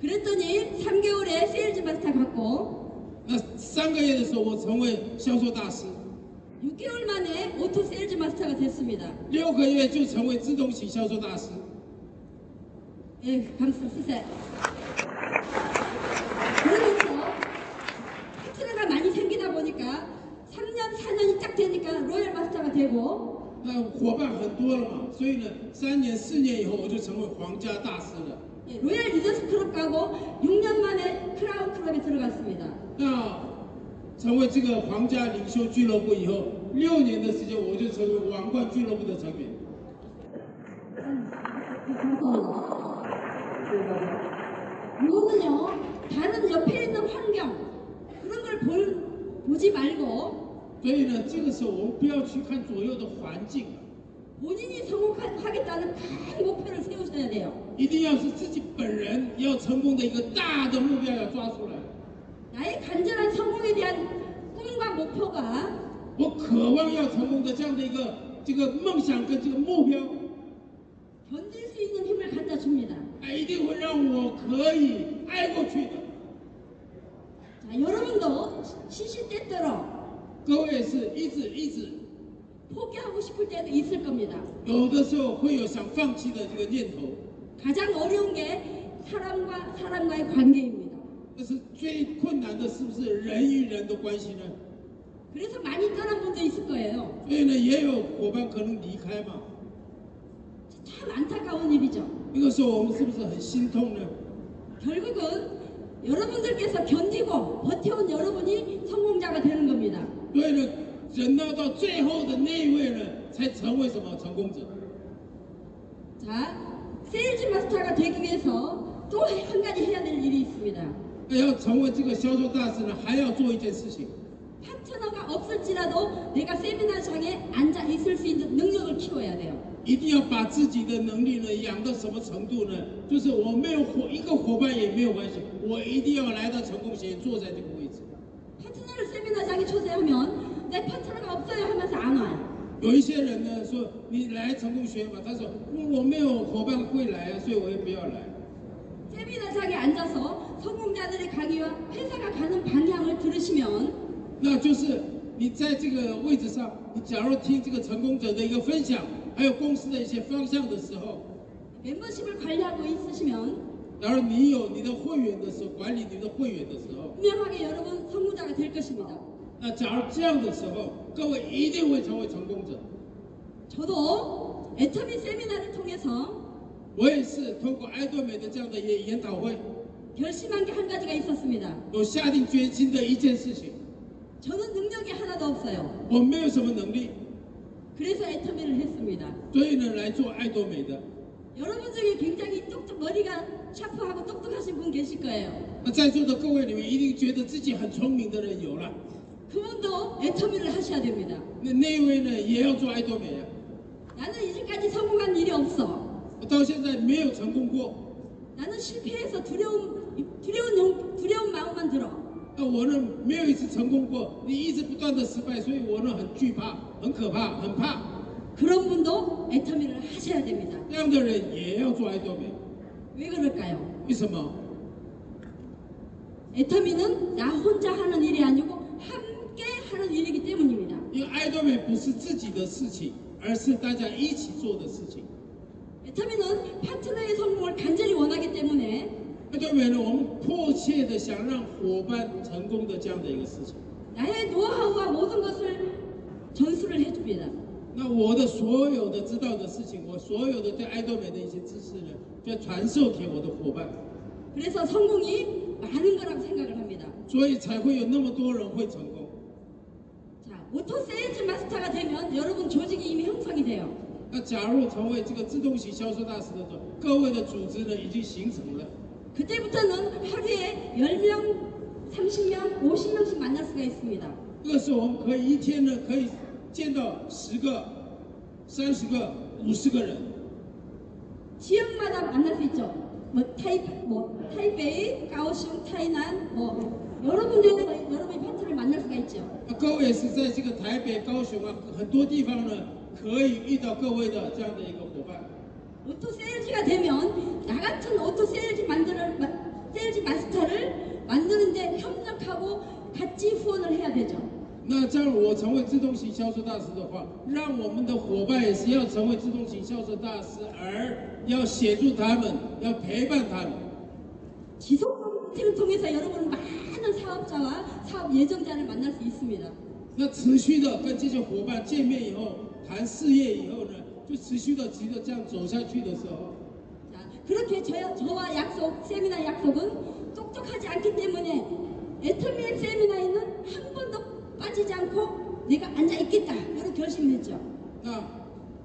B: 그랬더니 3개월에 세일즈 마스터 갔고
A: 那三个月的时候，我成为销售大师。
B: 6개월 만에 오토 세일즈 마스터가 됐습니다.
A: 六个月就成为自动型销售大师。
B: 예, 박수 쓰세요. 그러면서 파트너가 많이 생기다 보니까 3년, 4년이 딱 되니까 로얄 마스터가 되고
A: 那伙伴很多了嘛，所以呢，三年四年以后我就成为皇家大师了。
B: 예, 로얄 리더스 클럽 가고 6년 만에 크라운 클럽에 들어갔습니다.
A: 那成为这个皇家领袖俱乐部以后，六年的时间我就成为王冠俱乐部的成员。
B: 이거는요, 다른 옆에 있는 환경 그런 걸 볼- 보지 말고
A: 所以呢，这个时候我们不要去看左右的环境，啊
B: 본인이 성공하겠다는 큰 목표를 세우셔야 돼요.
A: 一定要是自己本人要成功的一个大的目标要抓出来。
B: 나의 간절한 성공에 대한 꿈과 목표가
A: 我渴望要成功的这样的一个这个梦想跟这个目标，
B: 견딜 수 있는 힘을 갖다 줍니다.
A: 哎，一定会让我可以挨过去的。
B: 자, 여러분도 시시때때로
A: 各位是一直一直，
B: 포기하고 싶을 때도 있을 겁니다.
A: 有的时候会有想放弃的这个念头，
B: 가장 어려운 게 사람과 사람과의 관계입니다.
A: 但是最困难的是不是人与人的关系呢？
B: 그래서 많이 떠난 분도 있을 거예요.
A: 所以呢，也有伙伴可能离开嘛。
B: 참 안타까운 일이죠.
A: 那个时候我们是不是很心痛呢？
B: 결국은 여러분들께서 견디고 버텨온 여러분이 성공자가 되는 겁니다.
A: 为了忍耐到最后的那一位呢，才成为什么成功者？
B: 자, 세일즈 마스터가 되기 위해서 또 한 가지 해야 될 일이 있습니다.
A: 那要成为这个销售大师呢，还要做一件事情，
B: 파트너가 없을지라도 내가 세미나장에 앉아 있을 수 있는 능력을 키워야 돼요.
A: 一定要把自己的能力呢养到什么程度呢？就是我没有伙一个伙伴也没有关系，我一定要来到成功学院坐在这个位置。
B: 파트너를 세미나장에 초대하면 내 파트너가 없어요 하면서 안 와요.
A: 有一些人呢说你来成功学院吧，他说我我没有伙伴会来啊，所以我也不要来。
B: 세미나장에 앉아서 성공자들의 강의와 회사가 가는 방향을 들으시면
A: 那就是你在这个位置上，你假如听这个成功者的一个分享，还有公司的一些方向的时候，
B: 멤버십을 관리하고 있으시면
A: 假如你有你的会员的时候，管理你的会员的时候，
B: 분명하게 여러분 성공자가 될 것입니다.
A: 那假如这样的时候，各位一定会成为成功者。
B: 저도 애터미 세미나를 통해서
A: 我也是通过爱多美的这样的研研讨会，
B: 결심한 게 한 가지가 있었습니다.
A: 有下定决心的一件事情，
B: 저는 능력이 하나도 없어요.
A: 我没有什么能力，
B: 그래서 애터미를 했습니다.
A: 所以呢来做爱多美的。
B: 여러분 중에 굉장히 똑똑 머리가 샤프하고 똑똑하신 분 계실 거예요.
A: 那在座的各位里面，一定觉得自己很聪明的人有了，
B: 그분도 애터미를 하셔야 됩니다.
A: 那那一位呢也要做爱多美啊，
B: 나는 이제까지 성공한 일이 없어.
A: 我到现在没有成功过。
B: 나는 실패해서 두려운 두려운 용- 두려운 마음만 들어.
A: 那我呢，没有一次成功过，你一直不断的失败，所以我呢很惧怕，很可怕，很怕。
B: 그런 분도 애터미를 하셔야 됩니다.
A: 这样的人也要做爱多美，
B: 왜 그럴까요?
A: 为什么？
B: 애터미는 나 혼자 하는 일이 아니고 함께 하는 일이기 때문입니다.
A: 因为爱多美不是自己的事情，而是大家一起做的事情。
B: 애터미는 파트너의 성공을 간절히 원하기 때문에
A: 爱多美呢，我们迫切的想让伙伴成功的这样的一个事情。
B: 나의 노하우와 모든 것을 전수를 해줍니다.
A: 那我的所有的知道的事情，我所有的对爱多美的一些知识呢，就传授给我的伙伴，
B: 그래서 성공이 많은 거라고 생각을 합니다.
A: 所以才会有那么多人会成功。
B: 자, 오토 세일즈 마스터가 되면 여러분 조직이 이미 형성이 돼요.
A: 那假如成为这个自动型销售大师的时候，各位的组织呢已经形成了，
B: 그때부터는 하루에 10명, 30명, 50명씩 만날 수가 있습니다.
A: 那个时候我们可以一天呢可以见到十个、三十个、五十个人，
B: 지역마다 만날 수 있죠. 뭐 타이 뭐 타이베이, 가오슝, 타이난 뭐 여러 군데에서 여러분의 파트를 만날 수가 있죠.
A: 那各位也是在这个台北、高雄啊很多地方呢可以遇到各位的这样的一个伙伴。
B: 오토 세일즈가 되면 나 같은 오토 세일즈 만드는 마, 세일즈 마스터를 만드는데 협력하고 같이 후원을 해야 되죠.
A: 那这样我成为自动型销售大师的话，让我们的伙伴也是要成为自动型销售大师，而要协助他们，要陪伴他们。
B: 지속 컨텐츠를 통해서 여러분은 많은 사업자와 사업 예정자를 만날 수 있습니다.
A: 那持续的跟这些伙伴见面以后，谈事业以后呢，就持续的急着这样走下去的时候，
B: 자, 그렇게 저, 저와 약속, 세미나 약속은 똑똑하지 않기 때문에 애터미의 세미나에는 한 번도 빠지지 않고 내가 앉아 있겠다 이런 결심을 했죠.
A: 那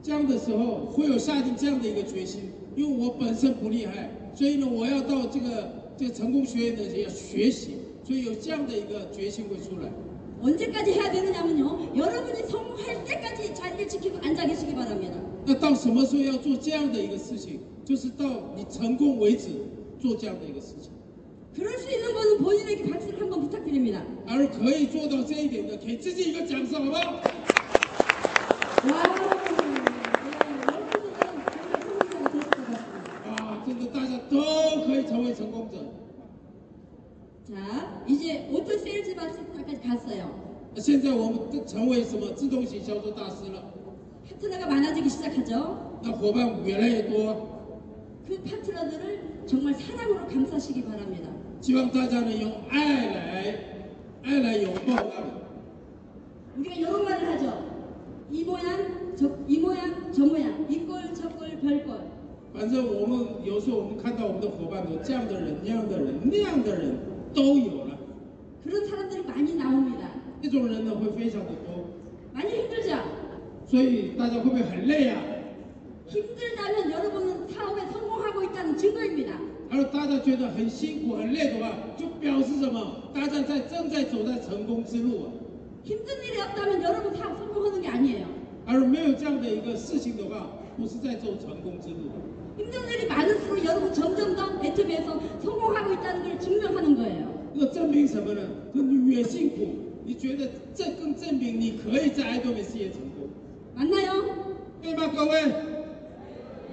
A: 这样的时候会有下定这样的一个决心，因为我本身不厉害，所以呢，我要到这个这个成功学院的也要学习，所以有这样的一个决心会出来。
B: 언제까지 해야 되느냐면요. 여러분이 성공할 때까지 자리를 지키고 앉아 계시기 바랍니다.
A: 那到什么时候要做这样的一个事情，就是到你成功为止做这样的一个事情。
B: 그럴 수 있는 분은 본인에게 박수를 한번 부탁드립니다.
A: 而可以做到这一点的，给自己一个掌声，好不好？
B: 와, 여러분들은 정말 성공자가 되실 것 같습니다.
A: 啊，真的大家都可以成为成功者。
B: 자, 이제 오토 세일즈 마스터까지 갔어요.
A: 那现在我们成为什么自动型销售大师了？
B: 파트너가 많아지기 시작하죠.
A: 那伙伴越来越多，
B: 그 파트너들을 정말 사랑으로 감싸시기 바랍니다.
A: 希望大家呢用爱来，爱来拥抱他们。
B: 우리가 이런 말을 하죠. 이 모양, 저, 이 모양, 저 모양, 이꼴, 저꼴, 별꼴.
A: 我反正我们有时候我们看到我们的伙伴有这样的人、那样的人、那样的人都有了，
B: 그런 사람들이 많이 나옵니다.
A: 这种人呢会非常的多，
B: 많이 힘들죠?
A: 所以大家会不会很累啊？
B: 힘들다면 여러분은 사업에 성공하고 있다는 증거입니다.
A: 而大家觉得很辛苦、很累的话，就表示什么？大家在正在走在成功之路啊。
B: 힘든 일이 없다면 여러분 사업 성공하는 게 아니에요.
A: 而没有这样的一个事情的话，不是在走成功之路。啊
B: 힘든 일이 많을수록 여러분 점점 더 애터미에서 성공하고 있다는 걸 증명하는 거예요.
A: 那证明什么呢？就你越辛苦，你觉得这更证明你可以在爱多美事业成功，
B: 맞나요?
A: 对吗？各位，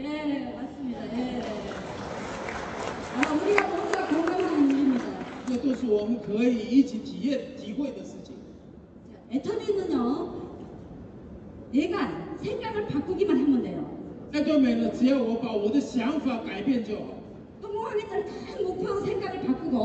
B: 예, 맞습니다. 예. 아, 우리가 모두가 공감하는 일입니다.
A: 这都是我们可以一起体验、体会的事情。
B: 애터미는요, 얘가 생각을 바꾸기만 하면 돼요.
A: 爱多美呢，只要我把我的想法改变就好。
B: 성공하겠다는 큰 목표 생각을 바꾸고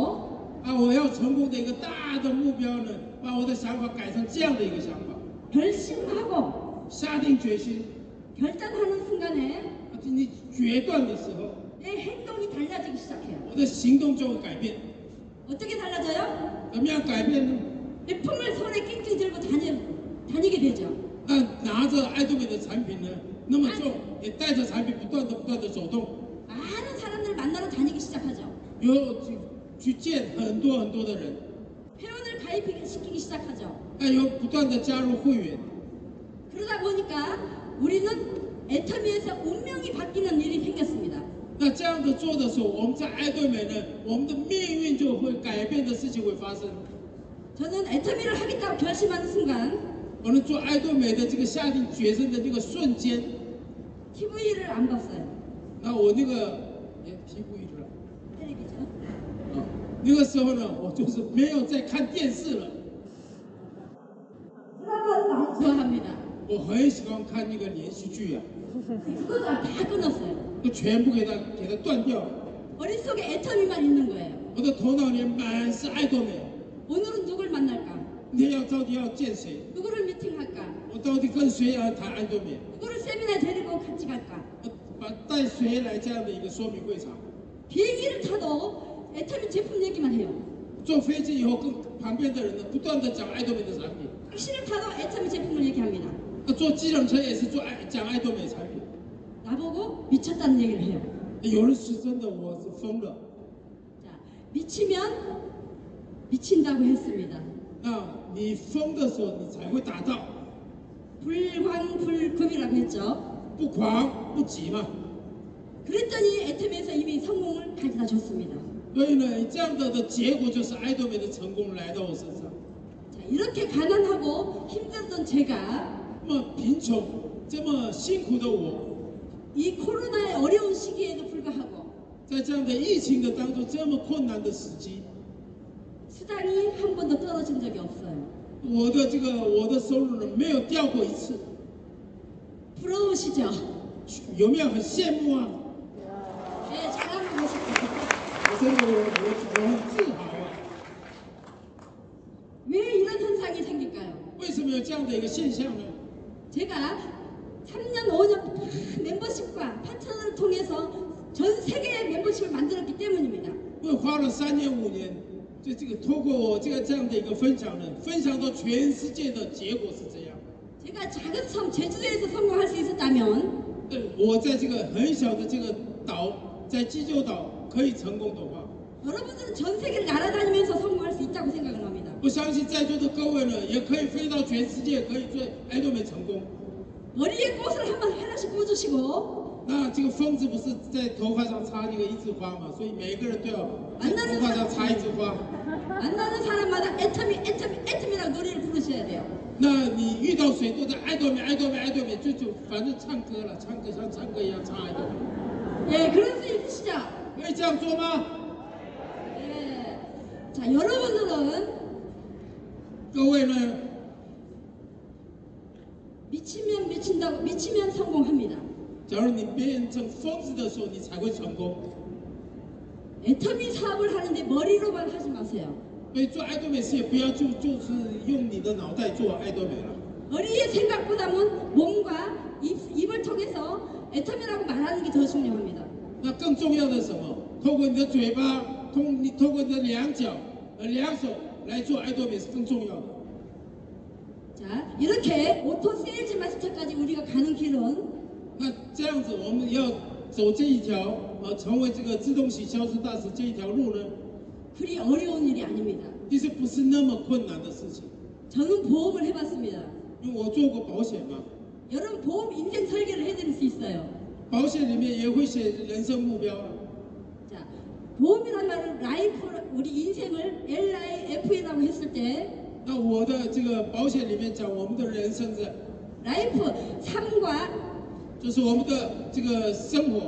A: 啊，我要成功的一个大的目标呢，把我的想法改成这样的一个想法，
B: 결심하고
A: 下定决心。啊
B: 결단하는 순간에
A: 你决断的时候，
B: 내 행동이 달라지기 시작해요.
A: 我的行动就会改变。
B: 어떻게 달라져요?
A: 怎么样改变呢？
B: 내 품을 손에 낑낑 들고 다니, 다니게 되죠.
A: 那拿着爱多美的产品呢，那么就也带着产品不断的不断的走动，
B: 많은 사람들을 만나러 다니기 시작하죠.
A: 有去去见很多很多的人，
B: 회원을 가입시키기 시작하죠.
A: 那有不断的加入会员，
B: 그러다 보니까 우리는 애터미에서 운명이 바뀌는 일이 생겼습니다.
A: 那这样子做的时候，我们在爱多美呢，我们的命运就会改变的事情会发生。
B: 저는 애터미를 하겠다고 결심하는 순간
A: 我们做爱多美的这个下定决心的这个瞬间，
B: TV를 안 봤어요.
A: 那我那个也皮肤一直了，
B: 텔레비전.
A: 啊，那个时候呢，我就是没有在看电视了。
B: 드라마 많이 좋아합니다.
A: 我很喜欢看那个连续剧啊，
B: 그것도 다 끊었어요.
A: 就全部给它给它断掉了。
B: 머릿속에 애터미만 있는 거예요.
A: 我的头脑里满是爱多美，
B: 오늘은 누굴 만날까?
A: 你要到底要见谁？
B: 누구를 미팅할까?
A: 我到底跟谁要谈爱多美？
B: 누구를 세미나에 데리고 같이 갈까?
A: 我把带谁来这样的一个说明会场？
B: 비행기를 타도 애터미 제품 얘기만 해요.
A: 坐飞机以后跟旁边的人呢，不断的讲爱多美的产品。
B: 택시를 타도 애터미 제품을 얘기합니다.
A: 那坐机动车也是做爱讲爱多美产品。
B: 나보고 미쳤다는 얘기를 해요.
A: 有人是真的，我是疯了。
B: 자, 미치면 미친다고 했습니다.
A: 那你疯的时候，你才会达到，
B: 불광불급이라고 했죠.
A: 不狂不急嘛。
B: 그랬더니 애템에서 이미 성공을 가져다 줬습니다.
A: 所以呢，这样的的结果就是爱多美的成功来到我身上。
B: 자, 이렇게 가난하고 힘들던 제가
A: 那么贫穷，这么辛苦的我，
B: 이 코로나의 어려운 시기에도 불구하고
A: 在这样的疫情的当中，这么困难的时机，
B: 수당이 한 번도 떨어진 적이 없어요.
A: 我的这个我的收入呢没有掉过一次，
B: 부러우시죠?
A: 有没有很羡慕啊？
B: 네, 잘하고 계십니다.
A: 我真的我我我很自豪啊！
B: 왜 이런 현상이 생길까요?
A: 为什么有这样的一个现象呢？
B: 제가 3년, 5년 멤버십과 파트너를 통해서 전 세계의 멤버십을 만들었기 때문입니다.
A: 我花了三年五年，就这个透过我这个这样的一个分享呢，分享到全世界的结果是这样。
B: 제가 작은 섬 제주도에서 성공할 수 있었다면
A: 对，我在这个很小的这个岛，在济州岛可以成功的话，
B: 여러분들은 전 세계를 날아다니면서 성공할 수 있다고 생각을 합니다.
A: 我相信在座的各位呢，也可以飞到全世界，可以做爱多美成功。
B: 머리에 꽃을 한번 하나씩 꽂으시고
A: 那这个疯子不是在头发上插那个一枝花嘛？所以每个人都要在头发上插一枝花。
B: 만나는 사람마다 애터미 애터미 애터미라고 노래를 부르셔야 돼요.
A: 那你遇到谁都在爱多美，爱多美，爱多美，就就反正唱歌了，唱歌像唱歌一样唱爱多美。
B: 예, 그럴 수 있으시죠?
A: 可以这样做吗？
B: 예. 자, 여러분들은
A: 各位呢，
B: 미치면 미친다고 미치면 성공합니다.
A: 假如你变成疯子的时候，你才会成功。
B: 애터미 사업을 하는데 머리로만 하지 마세요.
A: 所以做爱多美事业不要就就是用你的脑袋做爱多美了。
B: 머리의 생각보다는 몸과 입, 입을 통해서 애터미라고 말하는 게 더 중요합니다.
A: 那更重要的是什么？透过你的嘴巴，通你透过你的两脚、呃两手来做爱多美是更重要的。
B: 자, 이렇게 오토 세일즈 마스터까지 우리가 가는 길은
A: 那这样子，我们要走这一条呃，成为这个自动洗消失大师这一条路呢，
B: 그리 어려운 일이 아닙니다.
A: 其实不是那么困难的事情，
B: 저는 보험을 해봤습니다.
A: 因为我做过保险嘛，
B: 여러분 보험 인생 설계를 해드릴 수 있어요.
A: 保险里面也会写人生目标啊。
B: 자, 보험이란 말은 라이프, 우리 인생을 LIF라고 했을 때
A: 那我的这个保险里面讲我们的人生的，
B: 라이프 삶과
A: 就是我们的这个生活，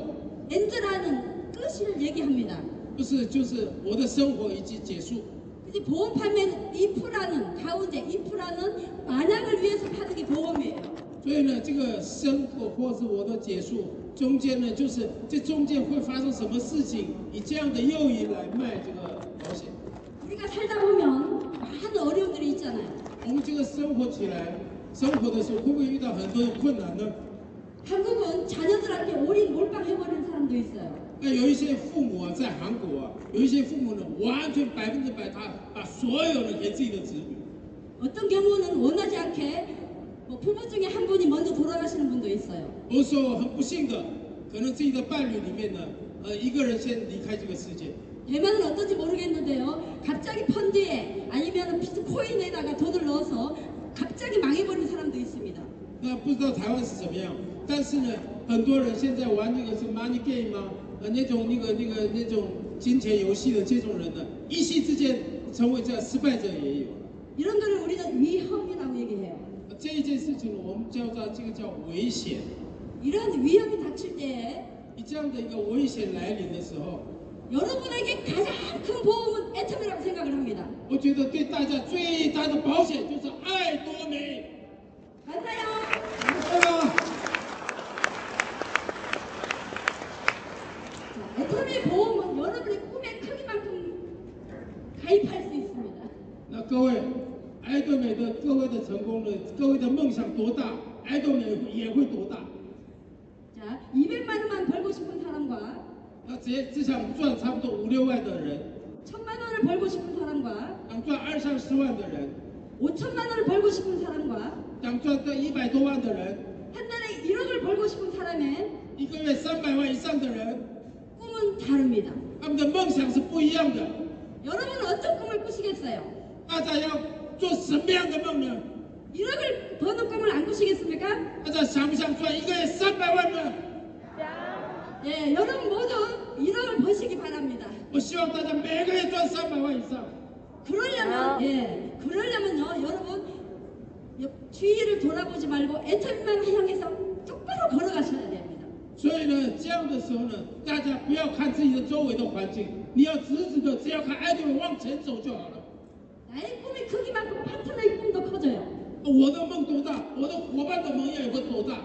B: 엔드라는 끝을 얘기합니다.
A: 不是就是我的生活已经结束。
B: 근데 보험 판매는 if라는 가운데 if라는 만약을 위해서 파는 게 보험이에요.
A: 所以呢，这个生活或是我的结束中间呢，就是这中间会发生什么事情，以这样的诱因来卖这个保险。
B: 우리가 살다 보면 많은 어려움들이 있잖아요.
A: 我们这个生活起来，生活的时候会不会遇到很多的困难呢？
B: 한국은 자녀들한테 올인 몰빵 해버리는 사람도 있어요.
A: 那哎有一些父母啊，在韩国啊，有一些父母呢，完全百分之百他把所有的给自己的子女。
B: 어떤 경우는 원하지 않게 뭐 부부 중에 한 분이 먼저 돌아가시는 분도 있어요.
A: 有时候很不幸的，可能自己的伴侣里面呢，呃，一个人先离开这个世界。
B: 대만은 어떤지 모르겠는데요. 갑자기 펀드에 아니면 비트코인에다가 돈을 넣어서 갑자기 망해버린 사람도 있습니다.
A: 那不知道台湾是怎么样，但是呢，很多人现在玩那个是 money game 啊，呃，那种那个那个那种金钱游戏的这种人呢，一夕之间成为这样失败者也有。
B: 이런 거를 우리가 위험이라고 얘기해요.
A: 呃这一件事情呢，我们叫它这个叫危险。
B: 이런 위험이 닥칠 때에
A: 以这样的一个危险来临的时候，
B: 여러분에게 가장 큰 보험은 애텀이라고 생각을 합니다.
A: 我觉得对大家最大的保险就是爱多美。
B: 맞나요?
A: 拜拜。
B: 애터미 보험은 여러분의 꿈의 크기만큼 가입할 수 있습니다.
A: 那各位，爱多美的各位的成功呢，各位的梦想多大，爱多美也会多大。
B: 자, 200만 원만 벌고 싶은 사람과
A: 那只只想赚差不多五六万的人，
B: 1000만 원을 벌고 싶은 사람과
A: 想赚二三十万的人，
B: 5천만 원을 벌고 싶은 사람과
A: 想赚到一百多万的人，
B: 한 달에 1억을 벌고 싶은 사람의
A: 一个月三百万以上的人，
B: 꿈은 다릅니다.
A: 他们的梦想是不一样的。
B: 여러분은 어떤 꿈을 꾸시겠어요?
A: 大家要做什么样的梦呢？
B: 1억을 버는 꿈을 안 꾸시겠습니까?
A: 大家想不想赚一个月三百万呢？
B: 예, 여러분 모두 1억을 버시기 바랍니다.
A: 我希望大家每个月赚三百万以上。
B: 그러려면 예, 그러려면요 여러분 옆- 주위를 돌아보지 말고 애터미만 향해서 똑바로 걸어가셔야 됩니다.
A: 所以呢，这样的时候呢，大家不要看自己的周围的环境，你要直直的，只要看爱对往前走就好了。
B: 나의 꿈이 크기만큼 파트너의 꿈도 커져요.
A: 我的梦多大，我的伙伴的梦要有多大。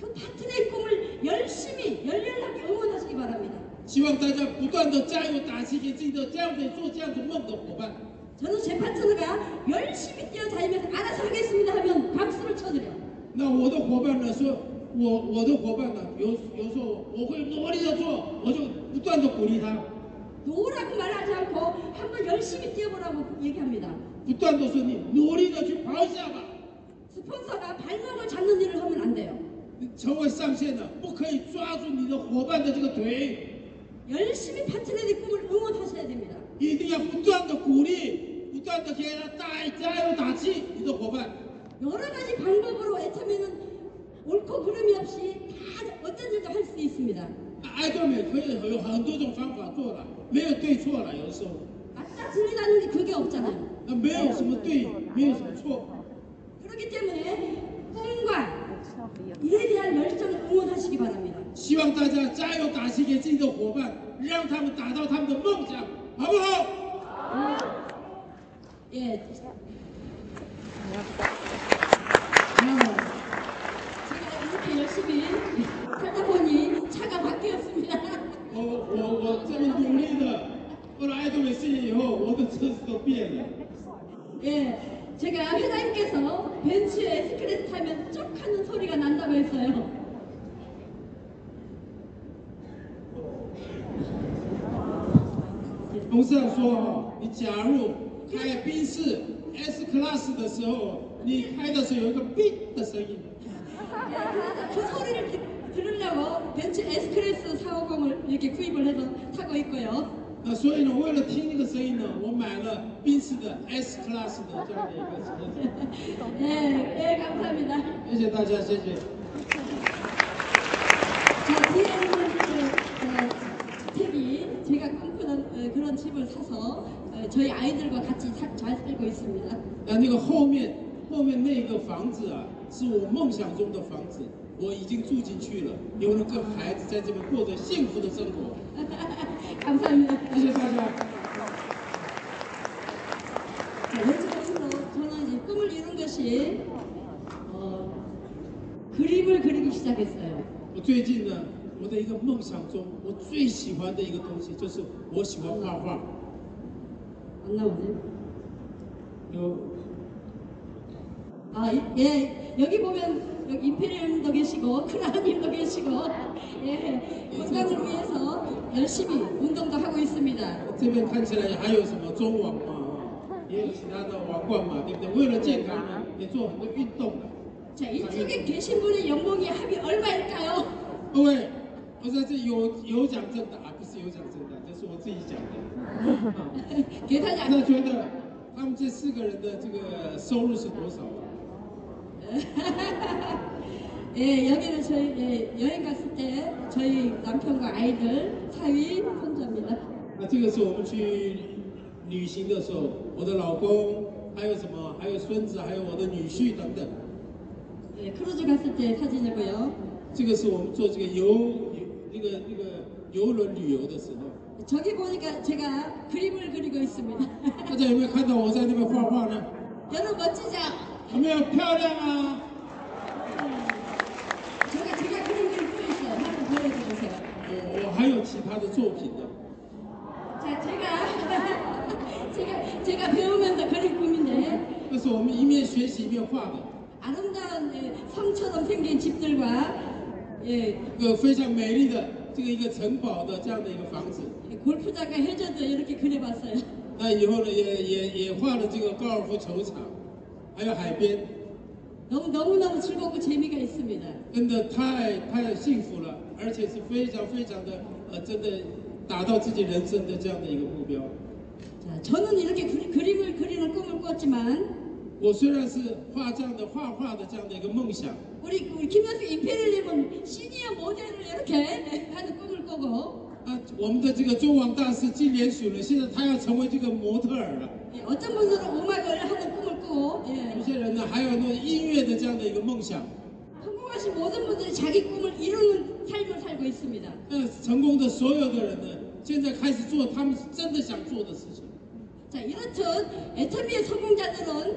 B: 그 파트너의 꿈을 열심히 열렬하게 응원하시기 바랍니다.
A: 希望大家不断的加油打气，给自己的这样的做这样的梦的伙伴。
B: 저는 제 파트너가 열심히 뛰어다니면서 알아서 하겠습니다 하면 박수를 쳐드려요.
A: 那我的伙伴呢说，我我的伙伴呢，有有时候我会努力的做，我就不断的鼓励他，
B: 노라고 말하지 않고 한번 열심히 뛰어보라고 얘기합니다.
A: 不断的说你努力的去跑一下吧，
B: 스폰서가 발목을 잡는 일을 하면 안 돼요.
A: 你成为上线了，不可以抓住你的伙伴的这个腿。
B: 열심히 파트너의 꿈을 응원하셔야 됩니다.
A: 一定要不断的鼓励，不断的给他大加油打气，你的伙伴。
B: 여러 가지 방법으로 애터미는 옳고 그름이 없이 다 어떤지도 할 수 있습니다.
A: 爱多美可以有很多种方法做了，没有对错了，有的时候，
B: 맞다 틀리다는 게 그게 없잖아요.
A: 那没有什么对，没有什么错。
B: 그렇기 때문에 꿈과 일에 대한 열정을 응원하시기 바랍니다.
A: 希望大家加油打气给自己的伙伴，让他们达到他们的梦想，好不好？
B: 예. 제가 이렇게 열심히 하다 보니 차가 바뀌었습니다. [LAUGHS]
A: 我我我这么努力的做了爱多美事业以后，我的车子都变了。
B: 예, 제가 회장님께서 벤츠에 스크래치 타면 쭉 하는 소리가 난다고 했어요.
A: 董事长说哈，你假如开宾士 S Class 的时候，你开的时候有一个 B 的声音，
B: 그 소리를 듣- 들으려고 벤츠 S클래스 사호공을 이렇게 구입을 해서 타고 있고요.
A: 那所以呢，为了听这个声音呢，我买了宾士的 S Class 的这样的一个车子。
B: 예, 예, 감사합니다.
A: 谢谢大家，谢谢。
B: 저 뒤에 있는 그, 어, 집이 제가 꿈꾸던 어, 그런 집을 사서 어, 저희 아이들과 같이 사- 잘 살고 있습니다.
A: 那那个后面后面那个房子啊，是我梦想中的房子，我已经住进去了，有能跟孩子在这边过着幸福的生活。
B: 감사합니다.
A: 谢谢大家。
B: 외적으로 네, 저는 이제 꿈을 이룬 것이 어, 그림을 그리기 시작했어요.
A: 我最近呢，我的一个梦想中，我最喜欢的一个东西就是我喜欢画画。
B: 안 나오네.
A: 有
B: 아 예, 여기 보면 여기 임페리얼님도 계시고 [LAUGHS] 크라님도 계시고 예, 건강을 위해서 열심히 운동도 하고 있습니다.
A: 这边看起来还有什么中网嘛，啊也有其他的网冠嘛，对不对？为了健康呢，也做很多运动的。
B: 자 이쪽에 계신 분의 연봉이 합이 얼마일까요? [LAUGHS]
A: 各位，我在这有有奖征答啊，不是有奖征答，这是我自己讲的。啊
B: 계산이
A: 那
B: 안
A: 觉得他们这四个人的这个收入是多少啊？
B: 예, 여기는 저희 예, 여행 갔을 때 저희 남편과 아이들 사위 손자입니다.
A: 那这个是我们去旅行的时候，我的老公，还有什么，还有孙子，还有我的女婿等等。
B: 예, 크루즈 갔을 때 사진이고요.
A: 这个是我们做这个游游那个那个游轮旅游的时候，
B: 저기 보니까 제가 그림을 그리고 있습니다. [LAUGHS]
A: 大家有没有看到我在那边画画呢？
B: 여러분 멋지죠?
A: 有没有漂亮啊？
B: 제가 제가 그림 그리고 있어요. 한번 보여드려 보세요.
A: 我我还有其他的作品呢。
B: 자, 제가 [LAUGHS] 제가 제가 배우면서 그린 꿈인데
A: 那是我们一面学习一面画的，
B: 아름다운 예, 성처럼 생긴 집들과 예,
A: 一个非常美丽的这个一个城堡的这样的一个房子。
B: 골프장과 해저드 이렇게 그려봤어요. [LAUGHS]
A: 那以后呢，也也也画了这个高尔夫球场，还有海边，
B: 너무 너무 너무 즐겁고 재미가 있습니다.
A: 真的太太幸福了，而且是非常非常的呃，真的达到自己人生的这样的一个目标。
B: 자, 저는 이렇게 그리, 그림을 그리는 꿈을 꿨지만
A: 我虽然是画这样的画画的这样的一个梦想，
B: 우리 우리 김현수 임페리님은 시니어 모델을 이렇게 [LAUGHS] 하는 꿈을 꾸고
A: 啊，我们的这个中王大师金莲鼠呢，现在他要成为这个模特儿了。
B: 예, 어떤 분들은 오마걸 하는 꿈을 꾸고 예,
A: 有些人呢，还有那音乐的这样的一个梦想。
B: 성공하신 모든 분들이 자기 꿈을 이루는 삶을 살고 있습니다.
A: 那成功的所有的人呢，现在开始做他们真的想做的事情，
B: 자, 이렇듯 애터미의 성공자들은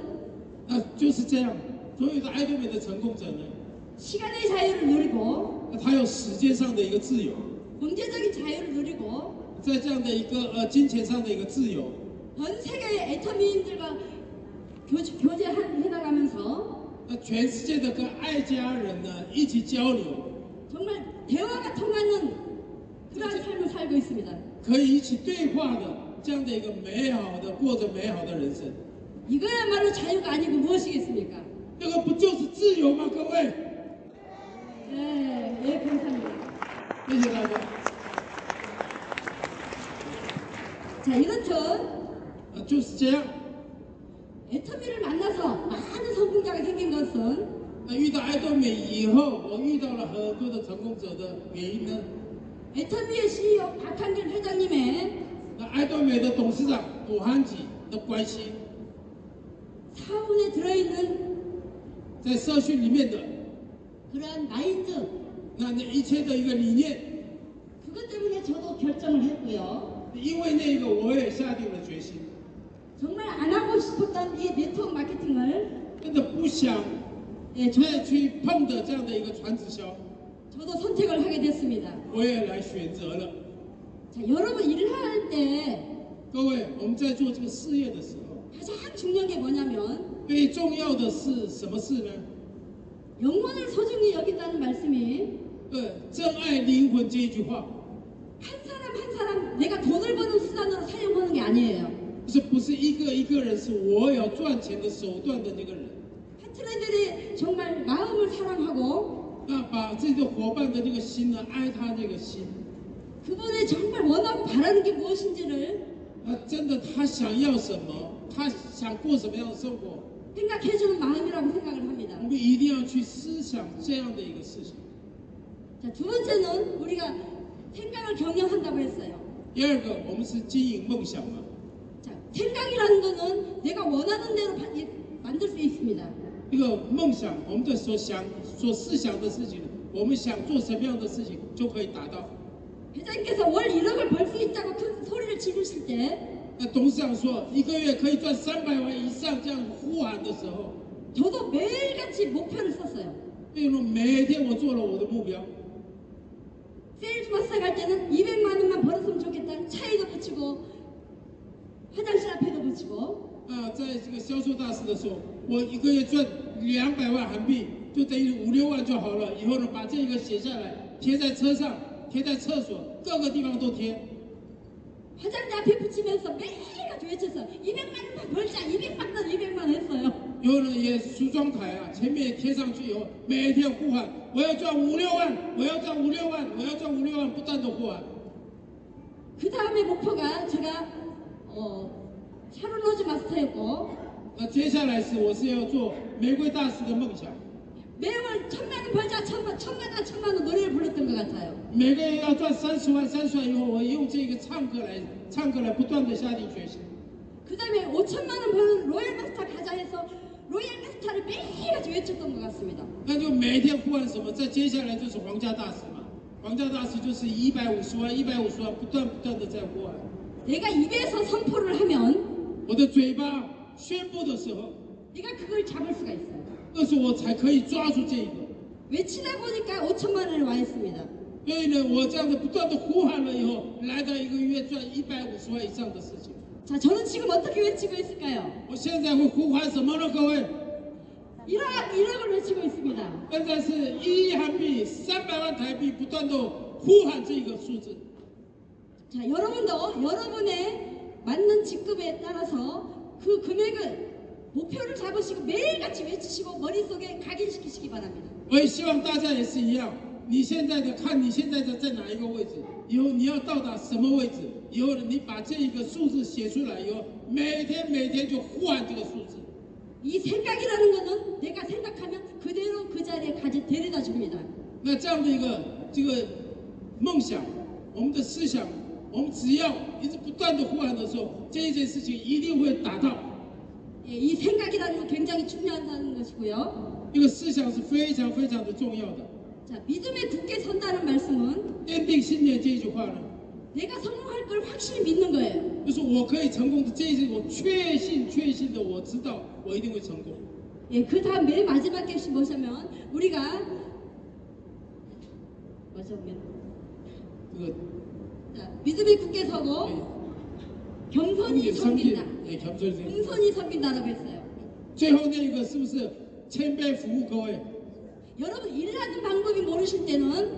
A: 那就是这样。所有的爱多美的成功者呢，
B: 시간의 자유를 누리고
A: 那他有时间上的一个自由，
B: 경제적인 자유를 누리고
A: 在这样的一个呃金钱上的一个自由，
B: 전 세계의 애터미인들과 교제, 교제해 나가면서
A: 那全世界的跟爱家人呢一起交流，
B: 정말 대화가 통하는 그러한 삶을 살고 있습니다.
A: 可以一起对话的这样的一个美好的过着美好的人生，
B: 이거야말로 자유가 아니고 무엇이겠습니까?
A: 那个不就是自由吗？各位，
B: 예, 예, 감사합니다.
A: 谢谢大家。
B: 자, 이렇듯
A: 呃，就是这样。
B: 애터미를 만나서 많은 성공자가 생긴 것은
A: 那遇到爱多美以后，我遇到了很多的成功者的原因呢？
B: 애터미의 CEO 박한길 회장님의
A: 那爱多美的董事长武汉吉的关系，
B: 사원에 들어있는
A: 在社区里面的
B: 그러한 마인드
A: 那那一切的一个理念，
B: 그것 때문에 저도 결정을 했고요.
A: 因为那个我也下定了决心，
B: 정말 안 하고 싶었던 이 네트워크 마케팅을
A: 真的不想
B: 예, 저,
A: 再去碰的这样的一个传直销，
B: 저도 선택을 하게 됐습니다.
A: 我也来选择了。
B: 자, 여러분 일을 할 때
A: 各位，我们在做这个事业的时候，
B: 가장 중요한 게 뭐냐면
A: 最重要的是什么事呢？
B: 영혼을 소중히 여긴다는 말씀이
A: 呃，珍爱灵魂这一句话，
B: 한 사람 사람 한 사람 내가 돈을 버는 수단으로 살려보는 게 아니에요.
A: 是不是一个一个人，是我要赚钱的手段的那个人。
B: 파트너들이 정말 마음을 사랑하고
A: 那把这个伙伴的那个心呢，爱他那个心，
B: 그분의 정말 원하고 바라는 게 무엇인지를
A: 啊，真的他想要什么，他想过什么样的生活，
B: 생각해주는 마음이라고 생각을
A: 我
B: 합니다.
A: 们一定要去思想这样的一个事情。
B: 자, 두 번째는 우리가 생각을 경영한다고 했어요.
A: 第二个，我们是经营梦想嘛，
B: 자, 생각이라는 거는 내가 원하는 대로 바- 이- 만들 수 있습니다.
A: 这个梦想，我们的所想、所思想的事情，我们想做什么样的事情就可以达到。
B: 회장님께서 월 1억을 벌 수 있다고 큰 소리를 지르실 때
A: 那董事长说一个月可以赚三百万以上，这样呼喊的时候，
B: 저도 매일같이 목표를 썼어요.
A: 例如每天我做了我的目标，
B: 세일즈 마스터 갈 때는 200만 원만 벌었으면 좋겠다. 차에도 붙이고 화장실 앞에도 붙이고
A: 啊，在这个销售大师的时候，我一个月赚两百万韩币，就等于五六万就好了。以后呢，把这个写下来，贴在车上，贴在厕所，各个地方都贴。
B: 화장대 앞에 붙이면서 매일같이 외쳤어요. 200만 원만 벌자. 200만 원 200만 원 했어요.
A: 有人也梳妆台啊，前面也贴上去以后，每天呼喊：我要赚五六万，我要赚五六万，我要赚五六万，不断的呼喊。
B: 그 다음에 목표가 제가 어, 샤론로즈 마스터였고
A: 那接下来是我是要做玫瑰大师的梦想，
B: 매월 천만 원 벌자 천만 천만 원 천만 원 노래를 불렀던 것 같아요.
A: 每个月要赚三十万，三十万以后，我用这个唱歌来唱歌来不断的下定决心。
B: 그 다음에 5천만 원 버는 로얄 마스터 가자 해서 로얄 마스터를 매일같이 외쳤던 것 같습니다.
A: 那就每天呼喊什么？再接下来就是皇家大师嘛。皇家大师就是一百五十万、一百五十万，不断不断的在呼喊。
B: 내가 입에서 선포를 하면
A: 我的嘴巴宣布的时候，
B: 내가 그걸 잡을 수가 있어요.
A: 那时候我才可以抓住这一个。
B: 외치다 보니까 5천만 원에 와 있습니다.
A: 所以呢，我这样子不断的呼喊了以后，来到一个月赚一百五十万以上的事情。
B: 자, 저는 지금 어떻게 외치고 있을까요?
A: 我现在会呼喊什么呢？各位，
B: 1억, 1억을 외치고 있습니다.
A: 现在是一亿韩币三百万台币，不断的呼喊这个数字。
B: 자, 여러분도 여러분의 맞는 직급에 따라서 그 금액을 목표를 잡으시고 매일같이 외치시고 머릿속에 각인시키시기 바랍니다.
A: 我也希望大家也是一样，你现在的看你现在的在哪一个位置，以后你要到达什么位置，以后呢，你把这一个数字写出来以后，每天每天就呼喊这个数字。
B: 이 생각이라는 거는 내가 생각하면 그대로 그 자리에 가지 데려다 줍니다.
A: 那这样的一个这个梦想，我们的思想，我们只要一直不断的呼喊的时候，这一件事情一定会达到。
B: 예, 이 생각이라는 건 굉장히 중요하다는 것이고요.
A: 这个思想是非常非常的重要的。
B: 자, 믿음에 굳게 선다는 말씀은
A: 奠定信念这一句话呢，
B: 내가 성공할 걸 확실히 믿는 거예요.
A: 就是我可以成功的这一句，我确信确信的，我知道我一定会成功。
B: 예, 그 다음 맨 마지막 것이 뭐냐면 우리가 뭐냐면
A: 这个哎
B: 자, 믿음에 굳게
A: 네.
B: 서고 겸손히 섬긴다.
A: 也瞧不出这
B: 겸손히 섬긴다라고 했어요.
A: 最后那个是不是谦卑服务各位？
B: 여러분 일하는 방법이 모르실 때는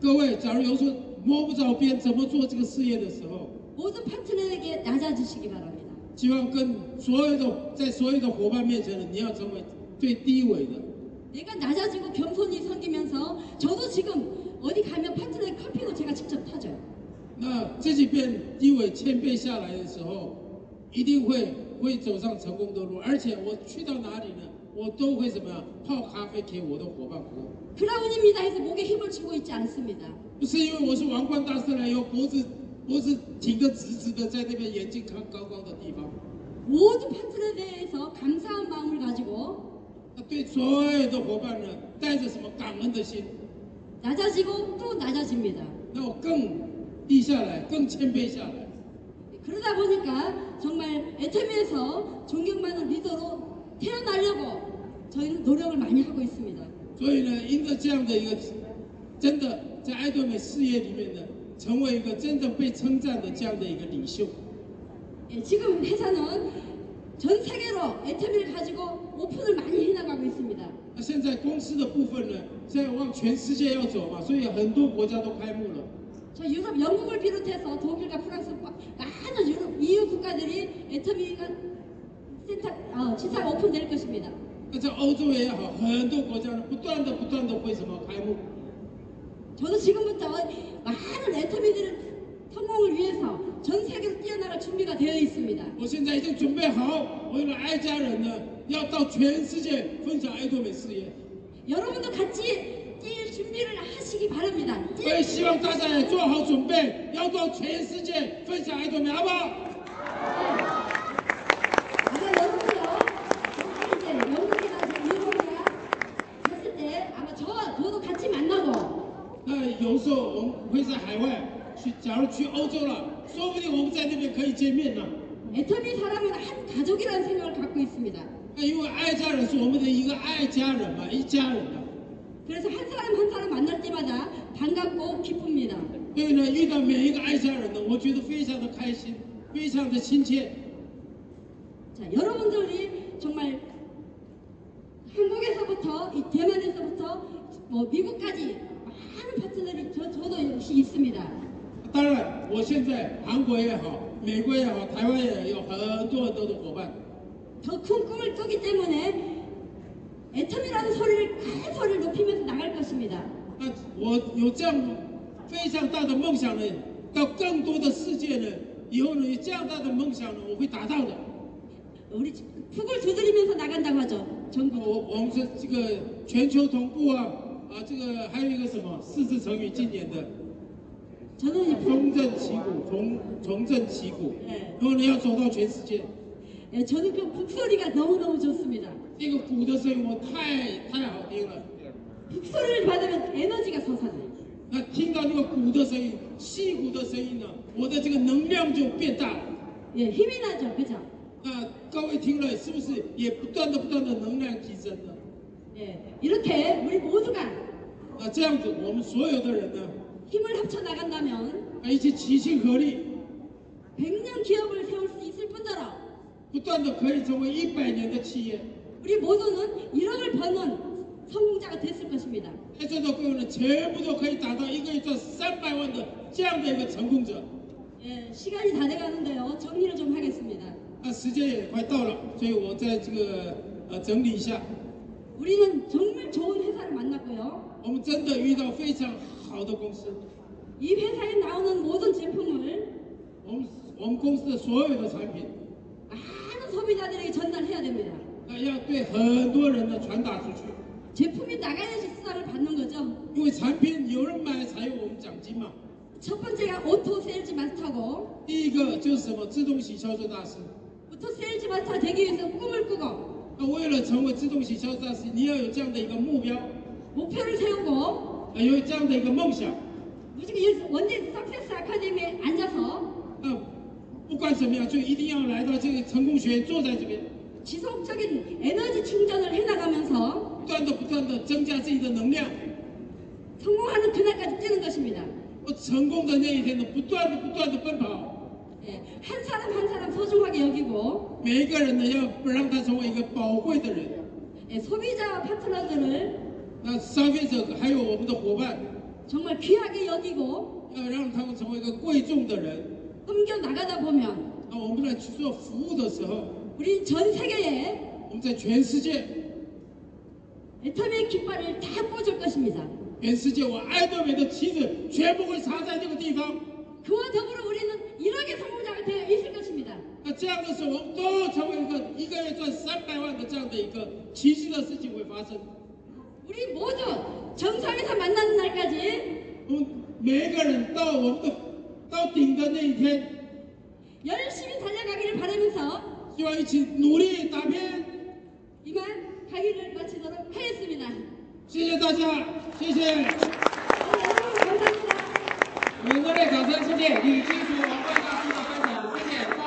A: 各位，假如有时候摸不着边怎么做这个事业的时候，
B: 모든 파트너에게 낮아지시기 바랍니다.
A: 希望跟所有的在所有的伙伴面前呢，你要成为最低微的。
B: 내가 낮아지고 겸손히 섬기면서 저도 지금 어디 가면 파트너의 커피도 제가 직접 타줘요.
A: 那自己变低微谦卑下来的时候，一定会会走上成功的路。而且我去到哪里呢，我都会怎么样泡咖啡给我的伙伴喝。
B: 크라운입니다 해서 목에 힘을 주고 있지 않습니다.
A: 不是因为我是王冠大师来，有脖子脖子挺得直直的，在那边眼睛看高高的地方。
B: 모든 파트너에 대해서 감사한 마음을 가지고
A: 那对所有的伙伴呢，带着什么感恩的心，
B: 낮아지고 또 낮아집니다.
A: 那我更低下来，更谦卑下来。
B: 그러다 보니까 정말 애터미에서 존경받는 리더로 태어나려고 저희는 노력을 많이 하고 있습니다.
A: 所以呢，因着这样的一个，真的在爱多美事业里面呢，成为一个真正被称赞的这样的一个领袖。
B: 예, 지금 회사는 전 세계로 애터미를 가지고 오픈을 많이 해나가고 있습니다.
A: 那现在公司的部分呢，现在往全世界要走嘛，所以很多国家都开幕了。
B: 저 유럽 영국을 비롯해서 독일과 프랑스 바- 많은 유럽 EU 국가들이 애터미가 센터 어, 시설 오픈될 것입니다.
A: 那在欧洲也好，很多国家呢，不断的不断的会什么开幕，
B: 저도 지금부터 많은 애터미들을 성공을 위해서 전 세계로 뛰어나갈 준비가 되어 있습니다.
A: 我现在已经准备好，为了爱家人呢，要到全世界分享爱多美事业。
B: 여러분도 같이 뛸 준비를 하시기 바랍니다.
A: 我也希望大家也做好准备，要到全世界分享爱多美，好不好？
B: 아마 여러분요, 정말 이제 영국이나 이제 유럽이나 갔을 때 아마 저와 저도 같이 만나고
A: 那有时候我们会在海外去，假如去欧洲了，说不定我们在那边可以见面呢。
B: 애터미 사람은 한 가족이라는 생각을 갖고 있습니다.
A: 那因为爱家人是我们的一个爱家人嘛，一家人嘛。
B: 그래서 한 사람 한 사람 만날 때마다 반갑고 기쁩니다.
A: 所以呢，遇到每一个爱家人呢，我觉得非常的开心，非常的亲切。
B: 자, 여러분들이 정말 한국에서부터 이 대만에서부터 뭐 미국까지 많은 파트너들이 저, 저도 역시 있습니다.
A: 当然，我现在韩国也好，美国也好，台湾也有很多很多的伙伴。
B: 더 큰 꿈을 꾸기 때문에 애텀이라는 소리를 큰 소리를 높이면서 나갈 것입니다.
A: 那我有这样非常大的梦想呢，到更多的世界呢，以后呢有这样大的梦想呢，我会达到的。
B: 우리 북을 두드리면서 나간다고 하죠.
A: 那
B: 전부.
A: 我我们是这个全球同步啊啊，这个还有一个什么四字成语，今年的
B: 저는 이 북-
A: 重振旗鼓，重重振旗鼓
B: 哎。
A: 然后呢，要走到全世界，
B: 예, 저는 그 북소리가 너무너무 좋습니다.
A: 这个鼓的声音我太太好听了。
B: 북소리를 받으면 에너지가 솟아나요.
A: 那听到那个鼓的声音，戏鼓的声音呢，我的这个能量就变大了。
B: 예, 힘이 나죠. 그죠?
A: 那各位听了是不是也不断的不断的能量提升呢？
B: 예, 이렇게 우리 모두가
A: 那这样子，我们所有的人呢，
B: 힘을 합쳐 나간다면
A: 啊一起齐心合力，
B: 100년 기업을 세울 수 있을 뿐더러
A: 不断的可以成为一百年的企业。
B: 우리 모두는 1억을 버는 성공자가 됐을 것입니다.
A: 在座的各位呢，全部都可以达到一个月赚三百万的这样的一个成功者。
B: 예, 시간이 다 돼가는데요. 정리를 좀 하겠습니다.
A: 那时间也快到了，所以我在这个呃整理一下，
B: 우리는 정말 좋은 회사를 만났고요.
A: 我们真的遇到非常好的公司，
B: 이 회사에 나오는 모든 제품을
A: 我们我们公司的所有的产品，
B: 많은 소비자들에게 전달해야 됩니다.
A: 那要对很多人呢传达出去，
B: 제품이 나가야지 수당을 받는 거죠.
A: 因为产品有人买才有我们奖金嘛。
B: 첫 번째가 오토 세일즈 마스터고,
A: 第一个就是什么自动洗销售大师，
B: 오토 세일즈 마스터 되기 위해서 꿈을 꾸고,
A: 那为了成为自动洗销售大师，你要有这样的一个目标，
B: 목표를 세우고,
A: 呃有这样的一个梦想。
B: 무조건 이 원진 석세스 아카데미에 앉아서
A: 那嗯不管怎么样，就一定要来到这个成功学院，坐在这边，
B: 지속적인 에너지 충전을 해나가면서
A: 不断的、不断的增加自己的能量。
B: 성공하는 그날까지 뛰는 것입니다.
A: 我成功的那一天呢，不断的、不断的奔跑。
B: 예, 한 사람 한 사람 소중하게 여기고,
A: 每一个人呢，要让他成为一个宝贵的人。
B: 예, 소비자 파트너들을
A: 那消费者还有我们的伙伴，
B: 정말 귀하게 여기고
A: 要让他们成为一个贵重的人。
B: 섬겨 나가다 보면
A: 那我们来去做服务的时候，
B: 우리 전 세계에
A: 我们在全世界，
B: 애터미의 깃발을 다 꽂을 것입니다.
A: 全世界我爱多美的旗子全部会插在这个地方。
B: 그와 더불어 우리는 1억의 성공자가 되어 있을 것입니다.
A: 那这样的时候，我们都成为一个一个月赚三百万的这样的一个奇迹的事情会发生。
B: 우리 모두 정상에서 만나는 날까지
A: 我们每一个人到我们的到顶的那一天，
B: 열심히 달려가기를 바라면서
A: 希望一起努力打拼。
B: 이만 강의를 마치도록 하겠습니다. 오늘
A: 谢谢大家，谢谢。
B: 여러분 감사합니다.
A: 我们热烈掌声，谢谢李金书王会。